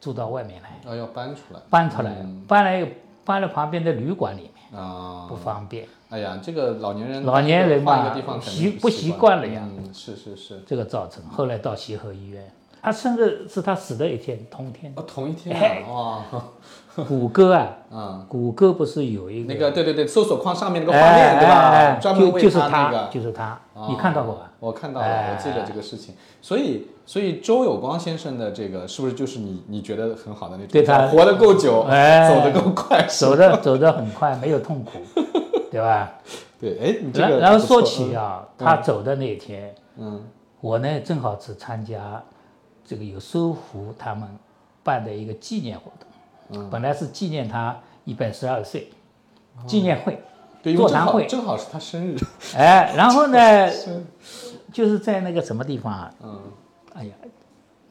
[SPEAKER 2] 住到外面来，
[SPEAKER 1] 啊，要搬出来，
[SPEAKER 2] 搬出来，
[SPEAKER 1] 嗯
[SPEAKER 2] 搬来搬到旁边的旅馆里面，
[SPEAKER 1] 啊，
[SPEAKER 2] 不方便。
[SPEAKER 1] 哎呀，这个老年人
[SPEAKER 2] 老年人
[SPEAKER 1] 换一
[SPEAKER 2] 嘛
[SPEAKER 1] 个地方肯定
[SPEAKER 2] 习不习惯了呀
[SPEAKER 1] 嗯，是是是，
[SPEAKER 2] 这个造成后来到协和医院，他甚至是他死的一天同天，
[SPEAKER 1] 哦，同一
[SPEAKER 2] 哎
[SPEAKER 1] 天啊，哇， <laughs>
[SPEAKER 2] 谷歌啊，
[SPEAKER 1] 嗯，
[SPEAKER 2] 谷歌不是有一
[SPEAKER 1] 那
[SPEAKER 2] 个
[SPEAKER 1] 个对对对，搜索框上面那个画
[SPEAKER 2] 哎
[SPEAKER 1] 面对
[SPEAKER 2] 哎哎
[SPEAKER 1] 吧？专门
[SPEAKER 2] 就
[SPEAKER 1] 为
[SPEAKER 2] 就是
[SPEAKER 1] 那
[SPEAKER 2] 他，
[SPEAKER 1] 个，
[SPEAKER 2] 就是他，
[SPEAKER 1] 哦
[SPEAKER 2] 你看到过吧？
[SPEAKER 1] 我看到了，
[SPEAKER 2] 哎
[SPEAKER 1] 我记得这个事情。所以，所以周有光先生的这个是不是就是你你觉得很好的那种？
[SPEAKER 2] 对他
[SPEAKER 1] 活得够久，
[SPEAKER 2] 哎
[SPEAKER 1] 走得够快，是吧
[SPEAKER 2] 走的走的很快，没有痛苦，对吧？
[SPEAKER 1] 对，哎，你这
[SPEAKER 2] 然
[SPEAKER 1] 个
[SPEAKER 2] 然后说
[SPEAKER 1] 不错
[SPEAKER 2] 起，啊，他走的那一天，
[SPEAKER 1] 嗯
[SPEAKER 2] 我呢正好是参加这个有搜狐他们办的一个纪念活动，
[SPEAKER 1] 嗯
[SPEAKER 2] 本来是纪念他一百十二岁，纪念会
[SPEAKER 1] 嗯，对，因为
[SPEAKER 2] 座
[SPEAKER 1] 正
[SPEAKER 2] 谈
[SPEAKER 1] 好
[SPEAKER 2] 会
[SPEAKER 1] 正好是他生日， <laughs>
[SPEAKER 2] 哎，然后呢
[SPEAKER 1] 是，
[SPEAKER 2] 就是在那个什么地方啊，
[SPEAKER 1] 嗯
[SPEAKER 2] 哎呀，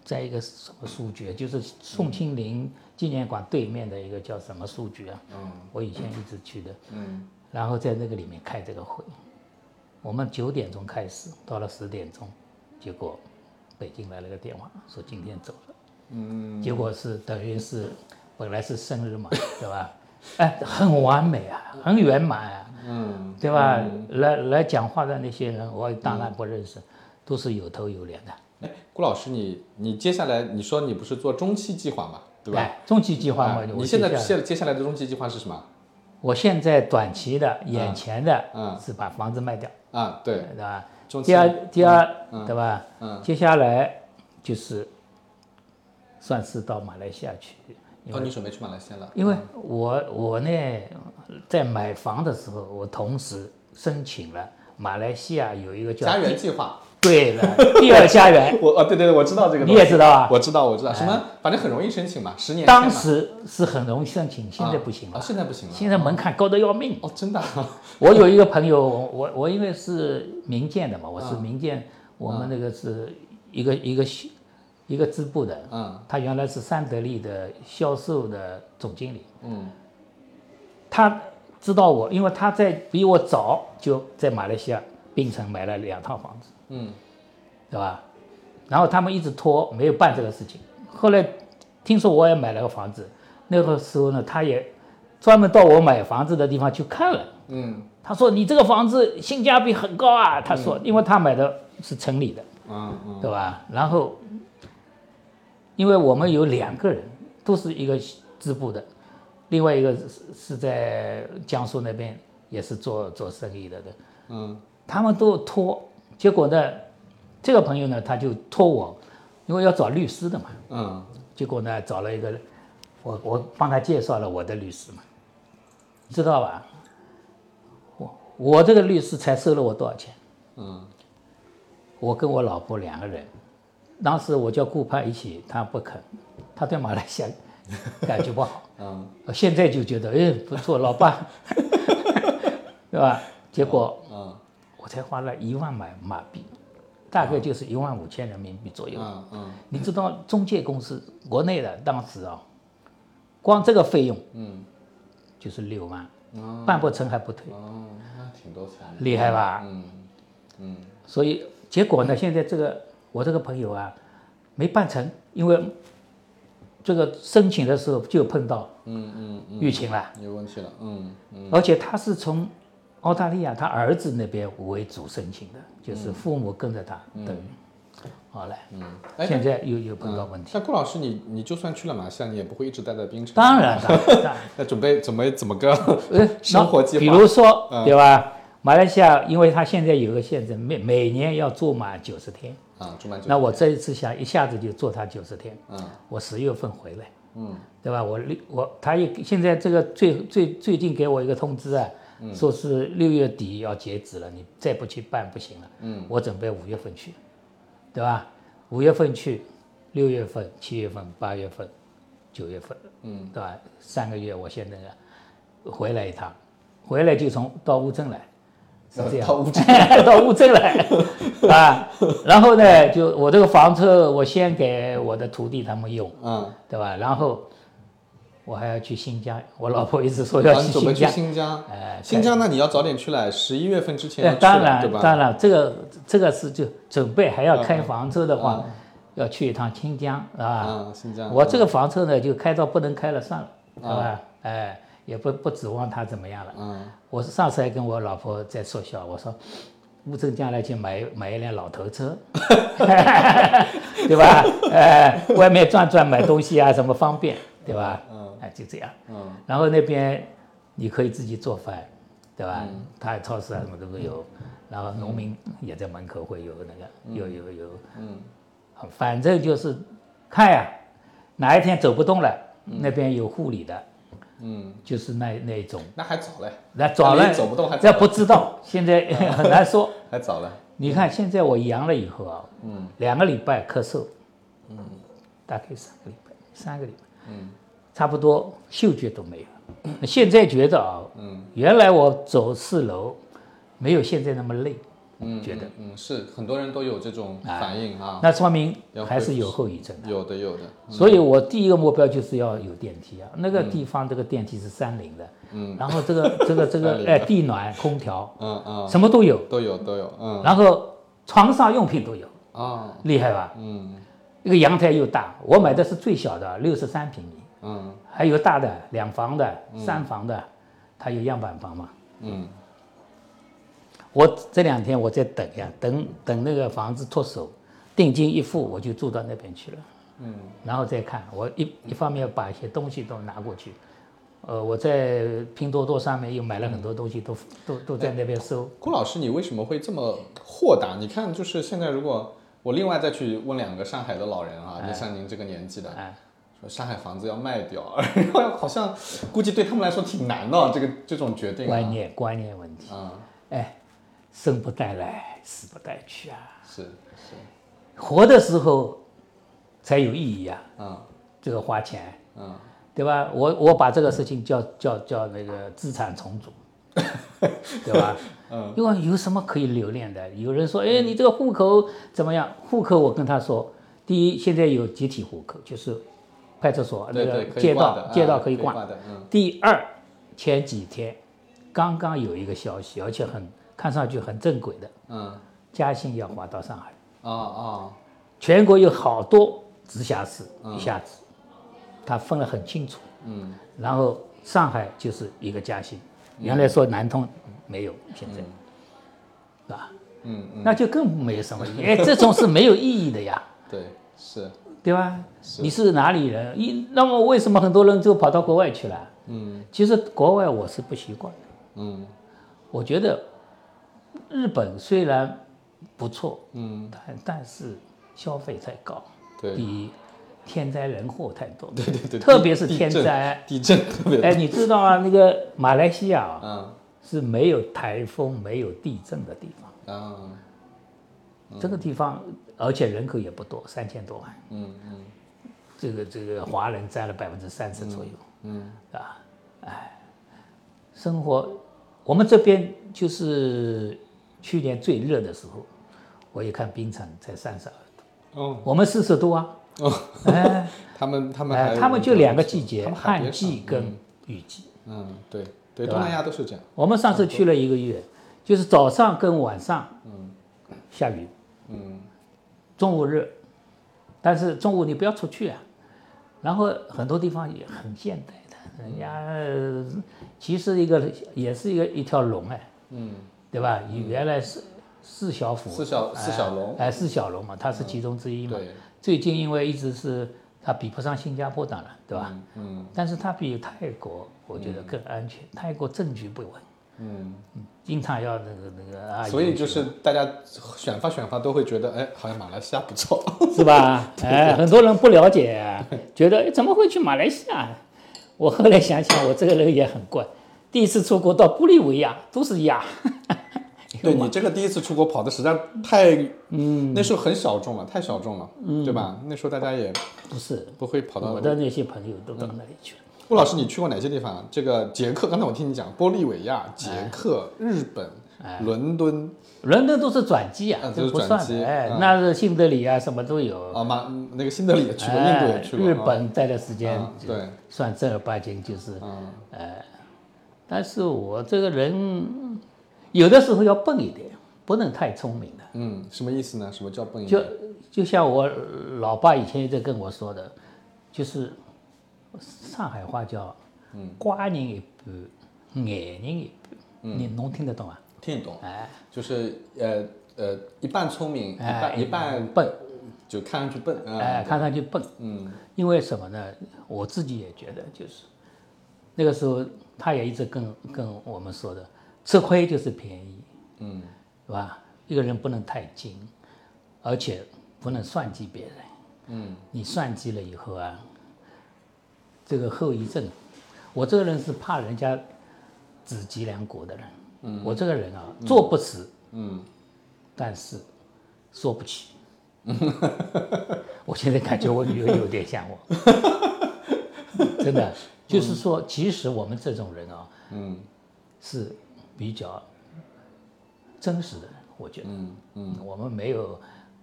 [SPEAKER 2] 在一个什么书局，就是
[SPEAKER 1] 嗯
[SPEAKER 2] 宋庆龄纪念馆对面的一个叫什么书局啊，
[SPEAKER 1] 嗯
[SPEAKER 2] 我以前一直去的，
[SPEAKER 1] 嗯
[SPEAKER 2] 然后在那个里面开这个会，我们九点钟开始，到了十点钟，结果北京来了个电话说今天走了，
[SPEAKER 1] 嗯，
[SPEAKER 2] 结果是等于是本来是生日嘛， <laughs> 对吧？哎，很完美啊，很圆满啊，
[SPEAKER 1] 嗯，嗯
[SPEAKER 2] 对吧？来来讲话的那些人，我当然不认识，都是有头有脸的。
[SPEAKER 1] 哎，顾老师，你你接下来你说你不是做中期计划嘛，对吧？
[SPEAKER 2] 哎，中期计划嘛，
[SPEAKER 1] 哎
[SPEAKER 2] 我
[SPEAKER 1] 你现在
[SPEAKER 2] 接下来
[SPEAKER 1] 现接下来的中期计划是什么？
[SPEAKER 2] 我现在短期的、眼
[SPEAKER 1] 嗯
[SPEAKER 2] 前的，
[SPEAKER 1] 嗯
[SPEAKER 2] 是把房子卖掉，
[SPEAKER 1] 啊，对，
[SPEAKER 2] 对吧？
[SPEAKER 1] 中期
[SPEAKER 2] 第二，第二，
[SPEAKER 1] 嗯
[SPEAKER 2] 对吧？
[SPEAKER 1] 嗯
[SPEAKER 2] 接下来就是算是到马来西亚去，因
[SPEAKER 1] 哦，
[SPEAKER 2] 为、
[SPEAKER 1] 你准备去马来西亚了？
[SPEAKER 2] 因为我我呢在买房的时候，我同时申请了马来西亚有一个叫
[SPEAKER 1] 家园计划，
[SPEAKER 2] 对
[SPEAKER 1] <laughs>
[SPEAKER 2] 了第二家园，
[SPEAKER 1] 我哦，对对对，我知道这个，
[SPEAKER 2] 你也知道啊。
[SPEAKER 1] 我知道，我知道，什么，反正很容易申请嘛，十年前嘛。
[SPEAKER 2] 当时是很容易申请，现在不行
[SPEAKER 1] 啊
[SPEAKER 2] 了，
[SPEAKER 1] 现在不行了。
[SPEAKER 2] 现在门槛高得要命。
[SPEAKER 1] 哦，真的啊， <laughs>
[SPEAKER 2] 我有一个朋友，我我我因为是民建的嘛，我是民建，我们那个是一个一个系一个支部的，
[SPEAKER 1] 嗯
[SPEAKER 2] 他原来是三得利的销售的总经理，
[SPEAKER 1] 嗯
[SPEAKER 2] 他知道我，因为他在比我早就在马来西亚槟城买了两套房子，
[SPEAKER 1] 嗯
[SPEAKER 2] 对吧？然后他们一直拖，没有办这个事情。后来听说我也买了个房子，那个时候呢，他也专门到我买房子的地方去看了。
[SPEAKER 1] 嗯
[SPEAKER 2] 他说你这个房子性价比很高啊。他说，因为他买的是城里的，
[SPEAKER 1] 嗯嗯
[SPEAKER 2] 对吧？然后，因为我们有两个人都是一个支部的，另外一个是是在江苏那边也是做做生意的的，
[SPEAKER 1] 嗯
[SPEAKER 2] 他们都拖。结果呢，这个朋友呢他就托我，因为要找律师的嘛。
[SPEAKER 1] 嗯
[SPEAKER 2] 结果呢找了一个，我我帮他介绍了我的律师嘛，你知道吧？我我这个律师才收了我多少钱？
[SPEAKER 1] 嗯
[SPEAKER 2] 我跟我老婆两个人，当时我叫顾盼一起，她不肯，她对马来西亚感觉不好，
[SPEAKER 1] 嗯
[SPEAKER 2] 呃现在就觉得哎不错，老爸， <laughs> 对吧？结果
[SPEAKER 1] 嗯
[SPEAKER 2] 我才花了一万马马币，大概就是一万五千人民币左右。
[SPEAKER 1] 嗯嗯
[SPEAKER 2] 你知道中介公司国内的当时啊、光这个费用
[SPEAKER 1] 嗯
[SPEAKER 2] 就是六万，
[SPEAKER 1] 嗯
[SPEAKER 2] 办不成还不退，
[SPEAKER 1] 哦，那挺多钱的。
[SPEAKER 2] 厉害吧？
[SPEAKER 1] 嗯嗯
[SPEAKER 2] 所以结果呢，现在这个我这个朋友啊，没办成，因为这个申请的时候就碰到
[SPEAKER 1] 嗯嗯嗯，
[SPEAKER 2] 疫情了，
[SPEAKER 1] 有问题了。嗯嗯
[SPEAKER 2] 而且他是从澳大利亚他儿子那边为主申请的，就是父母跟着他，等于好嘞。
[SPEAKER 1] 嗯，哎，
[SPEAKER 2] 现在又又碰到问题，
[SPEAKER 1] 那嗯顾老师，你你就算去了马来西亚，你也不会一直待在槟城。
[SPEAKER 2] 当然当然
[SPEAKER 1] <laughs>
[SPEAKER 2] 当然。
[SPEAKER 1] 那准备怎么怎么个 <laughs>
[SPEAKER 2] 呃，
[SPEAKER 1] 生活计划？
[SPEAKER 2] 比如说，
[SPEAKER 1] 嗯
[SPEAKER 2] 对吧？马来西亚，因为它现在有个限制，每每年要住满九十天。
[SPEAKER 1] 啊，住满酒店
[SPEAKER 2] 那我这一次想一下子就做它九十天，
[SPEAKER 1] 嗯
[SPEAKER 2] 我十月份回来，
[SPEAKER 1] 嗯
[SPEAKER 2] 对吧？我六我他也现在这个最最最近给我一个通知啊，
[SPEAKER 1] 嗯
[SPEAKER 2] 说是六月底要截止了，你再不去办不行了。
[SPEAKER 1] 嗯，
[SPEAKER 2] 我准备五月份去，对吧？五月份去，六月份、七月份、八月份、九月份，
[SPEAKER 1] 嗯，
[SPEAKER 2] 对吧？三个月，我现在呢回来一趟，回来就从到乌镇来，是这样。
[SPEAKER 1] 到乌镇
[SPEAKER 2] <laughs> 到乌镇
[SPEAKER 1] <laughs>
[SPEAKER 2] 来啊，然后呢，就我这个房车，我先给我的徒弟他们用，
[SPEAKER 1] 嗯，
[SPEAKER 2] 对吧？然后我还要去新疆，我老婆一直说要
[SPEAKER 1] 啊，
[SPEAKER 2] 去
[SPEAKER 1] 你准备
[SPEAKER 2] 新
[SPEAKER 1] 去
[SPEAKER 2] 疆。
[SPEAKER 1] 新疆？
[SPEAKER 2] 哎
[SPEAKER 1] 新疆那你要早点去嘞，十一月份之前要
[SPEAKER 2] 哎
[SPEAKER 1] 去
[SPEAKER 2] <laughs> 当
[SPEAKER 1] 了对
[SPEAKER 2] 然，
[SPEAKER 1] 吧？
[SPEAKER 2] 当然，这个这个是就准备还要开
[SPEAKER 1] 嗯嗯
[SPEAKER 2] 房车的话，
[SPEAKER 1] 嗯
[SPEAKER 2] 要去一趟新疆啊。
[SPEAKER 1] 啊，新疆。
[SPEAKER 2] 我这
[SPEAKER 1] 个
[SPEAKER 2] 个房车呢，就开到不能开了，算了，对吧？哎，也不不指望它怎么样了。
[SPEAKER 1] 嗯
[SPEAKER 2] 我是上次还跟我老婆在说笑，我说乌镇将来去买买一辆老头车， <laughs> 对吧？哎、外面转转买东西啊，什么方便，对吧？
[SPEAKER 1] 嗯，
[SPEAKER 2] 哎，就这样。
[SPEAKER 1] 嗯
[SPEAKER 2] 然后那边你可以自己做饭，对吧？
[SPEAKER 1] 嗯
[SPEAKER 2] 它有超市啊，什么都会有。然后农民也在门口会有那个，有有有，
[SPEAKER 1] 嗯
[SPEAKER 2] 反正就是看呀、哪一天走不动了，那边有护理的，
[SPEAKER 1] 嗯，
[SPEAKER 2] 就是那那一种。
[SPEAKER 1] 那还早嘞，
[SPEAKER 2] 那早
[SPEAKER 1] 那
[SPEAKER 2] 了
[SPEAKER 1] 你走不动还嗯早
[SPEAKER 2] 这不知道，现在 <laughs> 很难说。
[SPEAKER 1] 还早嘞。
[SPEAKER 2] 你看现在我阳了以后啊，
[SPEAKER 1] 嗯，
[SPEAKER 2] 两个礼拜咳嗽，嗯，大概三个礼拜，三个礼拜，
[SPEAKER 1] 嗯
[SPEAKER 2] 差不多嗅觉都没有。那现在觉得啊，
[SPEAKER 1] 嗯
[SPEAKER 2] 原来我走四楼没有现在那么累，
[SPEAKER 1] 嗯，
[SPEAKER 2] 觉得
[SPEAKER 1] 嗯嗯是很多人都有这种反应啊，
[SPEAKER 2] 那说明
[SPEAKER 1] 要恢复嗯
[SPEAKER 2] 还是有后遗症的。
[SPEAKER 1] 有的有的。
[SPEAKER 2] 所以我第一个目标就是要有电梯啊，那个地方这个电梯是三菱的，
[SPEAKER 1] 嗯
[SPEAKER 2] 然后这个这个这
[SPEAKER 1] 三
[SPEAKER 2] 个
[SPEAKER 1] 菱的
[SPEAKER 2] 哎地暖、空调
[SPEAKER 1] 嗯嗯，
[SPEAKER 2] 什么都有，
[SPEAKER 1] 都有都有。嗯
[SPEAKER 2] 然后床上用品都有，
[SPEAKER 1] 啊
[SPEAKER 2] 厉害吧？
[SPEAKER 1] 嗯
[SPEAKER 2] 那个阳台又大，我买的是最小的，六十三平米，
[SPEAKER 1] 嗯
[SPEAKER 2] 还有大的两房的、三房的，它有样板房嘛。
[SPEAKER 1] 嗯
[SPEAKER 2] 我这两天我在等呀，等等那个房子脱手，定金一付我就住到那边去了，
[SPEAKER 1] 嗯
[SPEAKER 2] 然后再看。我一一方面把一些东西都拿过去，呃，我在拼多多上面又买了很多东西，都都都在那边收。
[SPEAKER 1] 顾老师，你为什么会这么豁达？你看，就是现在，如果我另外再去问两个上海的老人啊，就像您这个年纪的，
[SPEAKER 2] 哎
[SPEAKER 1] 说上海房子要卖掉，然后好像估计对他们来说挺难的，这个这种决定、啊。
[SPEAKER 2] 观念观念问题，
[SPEAKER 1] 嗯，
[SPEAKER 2] 哎，生不带来，死不带去啊。
[SPEAKER 1] 是是，
[SPEAKER 2] 活的时候才有意义啊，
[SPEAKER 1] 嗯
[SPEAKER 2] 这个花钱，
[SPEAKER 1] 嗯
[SPEAKER 2] 对吧？我我把这个事情叫叫叫那个资产重组，对吧？
[SPEAKER 1] <laughs> 嗯，
[SPEAKER 2] 因为有什么可以留恋的？有人说，哎，你这个户口怎么样？户口我跟他说，第一，现在有集体户口，就是派出所啊那
[SPEAKER 1] 对对，
[SPEAKER 2] 个
[SPEAKER 1] 可以
[SPEAKER 2] 街
[SPEAKER 1] 挂
[SPEAKER 2] 道
[SPEAKER 1] 的，
[SPEAKER 2] 街
[SPEAKER 1] 嗯
[SPEAKER 2] 道
[SPEAKER 1] 可
[SPEAKER 2] 可以挂。
[SPEAKER 1] 的，嗯
[SPEAKER 2] 第二，前几天刚刚有一个消息，而且很看上去很正轨的，
[SPEAKER 1] 嗯
[SPEAKER 2] 嘉兴要划到上海。
[SPEAKER 1] 啊啊
[SPEAKER 2] 全国有好多直辖市，
[SPEAKER 1] 嗯
[SPEAKER 2] 一下子，它分得很清楚。
[SPEAKER 1] 嗯
[SPEAKER 2] 然后上海就是一个嘉兴，原来说南通没有，现在，是吧？
[SPEAKER 1] 嗯嗯，
[SPEAKER 2] 那就更没有什么意义。哎，这种是没有意义的
[SPEAKER 1] <laughs>
[SPEAKER 2] 呀，
[SPEAKER 1] 对是，
[SPEAKER 2] 对吧？你是哪里人？一那么为什么很多人就跑到国外去了？
[SPEAKER 1] 嗯
[SPEAKER 2] 其实国外我是不习惯的。
[SPEAKER 1] 嗯
[SPEAKER 2] 我觉得日本虽然不错，
[SPEAKER 1] 嗯，
[SPEAKER 2] 但但是消费太高。
[SPEAKER 1] 对
[SPEAKER 2] 第一，天灾人祸太多，对
[SPEAKER 1] 对对，
[SPEAKER 2] 特
[SPEAKER 1] 地
[SPEAKER 2] 别是
[SPEAKER 1] 地
[SPEAKER 2] 天
[SPEAKER 1] 震
[SPEAKER 2] 灾。
[SPEAKER 1] 地震特别
[SPEAKER 2] 哎，
[SPEAKER 1] 多，
[SPEAKER 2] 你知道吗？那个马来西亚啊，
[SPEAKER 1] 嗯
[SPEAKER 2] 是没有台风、没有地震的地方。
[SPEAKER 1] 嗯
[SPEAKER 2] 这个地方，而且人口也不多，三千多万。
[SPEAKER 1] 嗯嗯
[SPEAKER 2] 这个这个华人占了百分之三十左右，
[SPEAKER 1] 嗯
[SPEAKER 2] 啊，哎，生活，我们这边就是去年最热的时候，我一看冰城才三十二度，
[SPEAKER 1] 哦
[SPEAKER 2] 我们四十度啊，
[SPEAKER 1] 哦。
[SPEAKER 2] 哎，
[SPEAKER 1] 他们他们还
[SPEAKER 2] 哎，他们就两个季节，
[SPEAKER 1] 他们海
[SPEAKER 2] 旱
[SPEAKER 1] 边上
[SPEAKER 2] 季跟雨季。
[SPEAKER 1] 嗯对对，
[SPEAKER 2] 对吧
[SPEAKER 1] 东南亚都是这样，
[SPEAKER 2] 我们上次去了一个月，就是早上跟晚上，下雨，
[SPEAKER 1] 嗯
[SPEAKER 2] 中午热，但是中午你不要出去啊。然后很多地方也很现代的，人家呃其实一个也是一个一条龙哎，
[SPEAKER 1] 嗯
[SPEAKER 2] 对吧？原来是四小虎，
[SPEAKER 1] 四小四小龙
[SPEAKER 2] 哎，四小龙嘛，它是其中之一嘛。
[SPEAKER 1] 对，
[SPEAKER 2] 最近因为一直是它比不上新加坡，当然对吧？
[SPEAKER 1] 嗯嗯
[SPEAKER 2] 但是它比泰国我觉得更安全，泰国政局不稳。
[SPEAKER 1] 嗯，
[SPEAKER 2] 经常要那个那个阿姨去，
[SPEAKER 1] 所以就是大家选发选发都会觉得，哎，好像马来西亚不
[SPEAKER 2] <laughs>
[SPEAKER 1] 错，<laughs>
[SPEAKER 2] 是吧？哎，很多人不了解啊，觉得哎怎么会去马来西亚？我后来想想，我这个人也很怪，第一次出国到玻利维亚都是鸭，
[SPEAKER 1] 对你这个第一次出国跑的实在太，嗯，那时候很小众了，太小众了，对吧？那时候大家也
[SPEAKER 2] 不是
[SPEAKER 1] 不会跑到
[SPEAKER 2] 嗯
[SPEAKER 1] 嗯
[SPEAKER 2] 我。的那些朋友都到那里去了。
[SPEAKER 1] 啊
[SPEAKER 2] 哎
[SPEAKER 1] 顾老师，你去过哪些地方？这个捷克，刚才我听你讲，玻利维亚、捷克、日本、伦敦
[SPEAKER 2] 伦敦都是转机啊
[SPEAKER 1] 啊，
[SPEAKER 2] 这
[SPEAKER 1] 都是
[SPEAKER 2] 不
[SPEAKER 1] 转
[SPEAKER 2] 算
[SPEAKER 1] 机
[SPEAKER 2] 的。哎
[SPEAKER 1] 啊，
[SPEAKER 2] 那是新德里啊，什么都有。
[SPEAKER 1] 啊，马那个新德里也去过，印度也去过，
[SPEAKER 2] 哎日
[SPEAKER 1] 啊
[SPEAKER 2] 本待的时间
[SPEAKER 1] 啊，对，
[SPEAKER 2] 算正儿八经就是。呃
[SPEAKER 1] 嗯
[SPEAKER 2] 但是我这个人，嗯有的时候要笨一点，不能太聪明的。
[SPEAKER 1] 嗯，什么意思呢？什么叫笨一
[SPEAKER 2] 就
[SPEAKER 1] 点？
[SPEAKER 2] 就像我老爸以前一直跟我说的，就是上海话叫
[SPEAKER 1] 嗯
[SPEAKER 2] “瓜人一半，眼人一
[SPEAKER 1] 嗯
[SPEAKER 2] 半”，你侬听得懂啊？
[SPEAKER 1] 听得懂，
[SPEAKER 2] 哎，
[SPEAKER 1] 就是呃呃，一半聪明，一
[SPEAKER 2] 哎
[SPEAKER 1] 半一半
[SPEAKER 2] 笨，
[SPEAKER 1] 就看上去笨，嗯
[SPEAKER 2] 哎，看上去笨，
[SPEAKER 1] 嗯
[SPEAKER 2] 因为什么呢？我自己也觉得，就是那个时候他也一直跟跟我们说的，吃亏就是便宜，
[SPEAKER 1] 嗯
[SPEAKER 2] 是吧？一个人不能太精，而且不能算计别人。
[SPEAKER 1] 嗯
[SPEAKER 2] 你算计了以后啊，这个后遗症，我这个人是怕人家指脊梁骨的人。嗯，我这个人啊，做不死，
[SPEAKER 1] 嗯，
[SPEAKER 2] 但是说不起。 <laughs> 我现在感觉我女儿有
[SPEAKER 1] <laughs>
[SPEAKER 2] 点像我，真的，就是说，其实我们这种人啊，
[SPEAKER 1] 嗯
[SPEAKER 2] 是比较真实的人，我觉得。
[SPEAKER 1] 嗯嗯，
[SPEAKER 2] 嗯，我们没有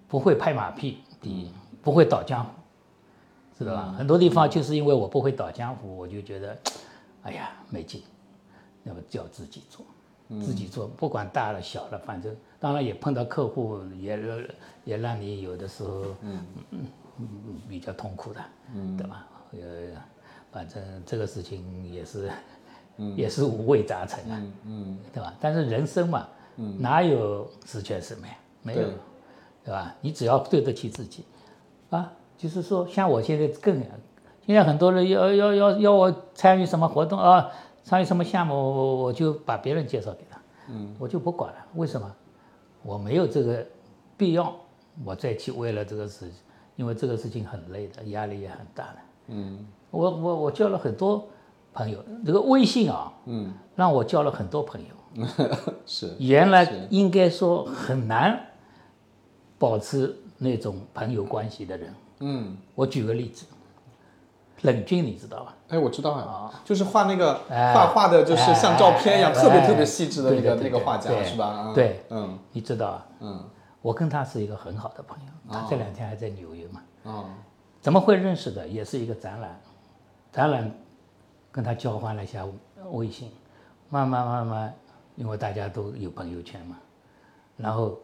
[SPEAKER 2] 不会拍马屁，第一不会倒江湖，是的吧？很多地方就是因为我不会倒江湖，我就觉得，哎呀没劲，那么就要自己做，自己做，不管大了小了，反正当然也碰到客户，也也让你有的时候，嗯嗯嗯，比较痛苦的，嗯，对吧？呃，反正这个事情也是，也是五味杂陈啊，
[SPEAKER 1] 嗯
[SPEAKER 2] 对吧？但是人生嘛，哪有十全十美啊？没有
[SPEAKER 1] 对，
[SPEAKER 2] 对吧？你只要对得起自己，啊，就是说，像我现在更，现在很多人要要要要我参与什么活动啊，参与什么项目，我我就把别人介绍给他，嗯，我就不管了。为什么？我没有这个必要，我再去为了这个事，因为这个事情很累的，压力也很大的。
[SPEAKER 1] 嗯
[SPEAKER 2] 我我我交了很多朋友，这个微信啊，
[SPEAKER 1] 嗯，
[SPEAKER 2] 让我交了很多朋友。
[SPEAKER 1] 是
[SPEAKER 2] 原
[SPEAKER 1] 是
[SPEAKER 2] 来应该说很难保持那种朋友关系的人。
[SPEAKER 1] 嗯。
[SPEAKER 2] 我举个例子，冷军你知道吧？
[SPEAKER 1] 哎，我知道啊，就是画那个
[SPEAKER 2] 哦哎
[SPEAKER 1] 画画的，就是像照片一样，
[SPEAKER 2] 哎
[SPEAKER 1] 特别
[SPEAKER 2] 哎
[SPEAKER 1] 特别细致的那
[SPEAKER 2] 对
[SPEAKER 1] 个
[SPEAKER 2] 对
[SPEAKER 1] 那
[SPEAKER 2] 对
[SPEAKER 1] 个画家
[SPEAKER 2] 对
[SPEAKER 1] 是吧？嗯
[SPEAKER 2] 对
[SPEAKER 1] 嗯
[SPEAKER 2] 你知道啊？
[SPEAKER 1] 嗯
[SPEAKER 2] 我跟他是一个很好的朋友，他这两天还在纽约嘛。
[SPEAKER 1] 哦
[SPEAKER 2] 怎么会认识的？也是一个展览，展览跟他交换了一下微信，慢慢慢慢，因为大家都有朋友圈嘛，然后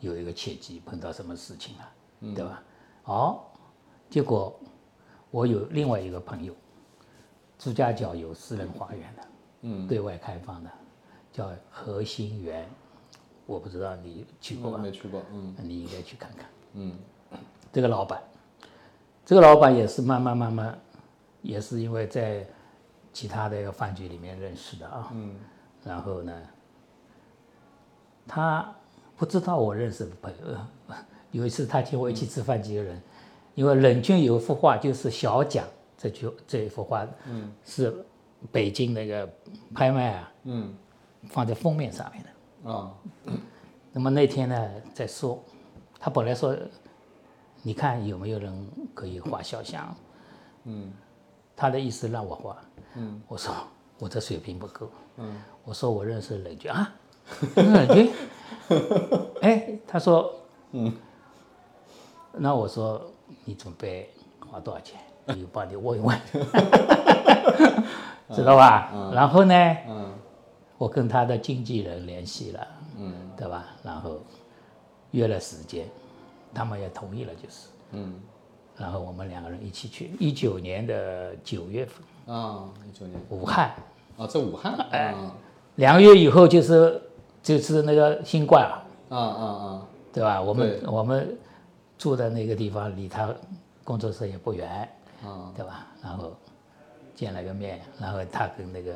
[SPEAKER 2] 有一个契机，碰到什么事情了、对吧？哦，结果我有另外一个朋友，朱家角有私人花园的，
[SPEAKER 1] 嗯，
[SPEAKER 2] 对外开放的，叫和心园，我不知道你去过
[SPEAKER 1] 我
[SPEAKER 2] 吧？
[SPEAKER 1] 没去过，嗯
[SPEAKER 2] 你应该去看看。
[SPEAKER 1] 嗯
[SPEAKER 2] 这个老板，这个老板也是慢慢慢慢，也是因为在其他的一个饭局里面认识的啊。嗯。然后呢，他不知道我认识的朋友。 <laughs> 有一次他请我一起吃饭，几个人，因为冷峻有一幅画就是小蒋这句这一幅画，嗯，是北京那个拍卖啊
[SPEAKER 1] 嗯
[SPEAKER 2] 放在封面上面的。
[SPEAKER 1] 啊
[SPEAKER 2] 那么那天呢，在说，他本来说，你看有没有人可以画肖像？
[SPEAKER 1] 嗯
[SPEAKER 2] 他的意思让我画，
[SPEAKER 1] 嗯，
[SPEAKER 2] 我说我这水平不够，
[SPEAKER 1] 嗯，
[SPEAKER 2] 我说我认识冷军
[SPEAKER 1] <laughs>
[SPEAKER 2] 啊，冷军，哎，他说，嗯，那我说你准备花多少钱？
[SPEAKER 1] <laughs>
[SPEAKER 2] 我就帮你问一问，知道吧？然后呢，
[SPEAKER 1] 嗯
[SPEAKER 2] 我跟他的经纪人联系了，
[SPEAKER 1] 嗯
[SPEAKER 2] 对吧？然后约了时间，他们也同意了，就是，
[SPEAKER 1] 嗯
[SPEAKER 2] 然后我们两个人一起去，一九年的九月份，
[SPEAKER 1] 啊，一九年
[SPEAKER 2] 武汉，
[SPEAKER 1] 啊，在武汉，
[SPEAKER 2] 哎
[SPEAKER 1] 啊
[SPEAKER 2] 两个月以后就是就是那个新冠了，
[SPEAKER 1] 啊啊啊，
[SPEAKER 2] 对吧？我们
[SPEAKER 1] 对
[SPEAKER 2] 我们住的那个地方离他工作室也不远，
[SPEAKER 1] 啊
[SPEAKER 2] 对吧？然后见了个面，然后他跟那个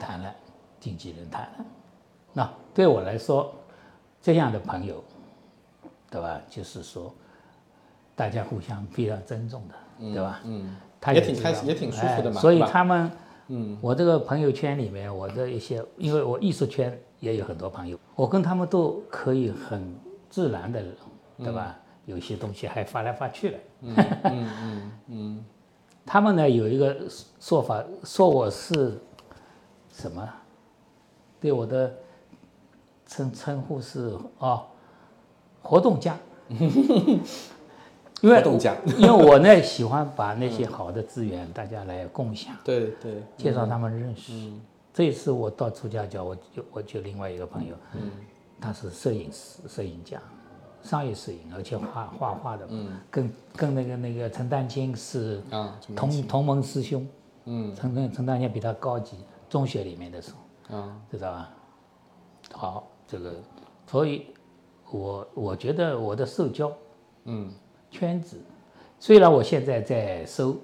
[SPEAKER 2] 谈了，经纪人谈了。那对我来说，这样的朋友，对吧？就是说，大家互相非常尊重的，对吧？
[SPEAKER 1] 嗯
[SPEAKER 2] 他
[SPEAKER 1] 也
[SPEAKER 2] 知
[SPEAKER 1] 挺开心
[SPEAKER 2] 道
[SPEAKER 1] 也挺舒服的嘛
[SPEAKER 2] 哎所以
[SPEAKER 1] 是吧
[SPEAKER 2] 他们，
[SPEAKER 1] 嗯，
[SPEAKER 2] 我这个朋友圈里面，我的一些，因为我艺术圈也有很多朋友，我跟他们都可以很自然的，对吧？有些东西还发来发去的， <laughs>
[SPEAKER 1] 嗯嗯嗯
[SPEAKER 2] 他们呢有一个说法，说我是什么，对我的称称呼是哦，活
[SPEAKER 1] <laughs>
[SPEAKER 2] 动家， <laughs> 因为
[SPEAKER 1] 活动家
[SPEAKER 2] <laughs> 因为我呢喜欢把那些好的资源大家来共享，
[SPEAKER 1] 对对，
[SPEAKER 2] 介绍他们认识。
[SPEAKER 1] 嗯
[SPEAKER 2] 这一次我到朱家角，我就我就另外一个朋友，
[SPEAKER 1] 嗯
[SPEAKER 2] 他是摄影师、摄影家，商业摄影，而且画画画的，跟跟那个那个陈丹青是
[SPEAKER 1] 啊嗯陈丹
[SPEAKER 2] 同同盟师兄，
[SPEAKER 1] 嗯
[SPEAKER 2] 陈丹陈丹青比他高级，中学里面的时候。
[SPEAKER 1] 啊，
[SPEAKER 2] 知道吧？好，这个，所以我我觉得我的社交
[SPEAKER 1] 嗯
[SPEAKER 2] 圈子，虽然我现在在收，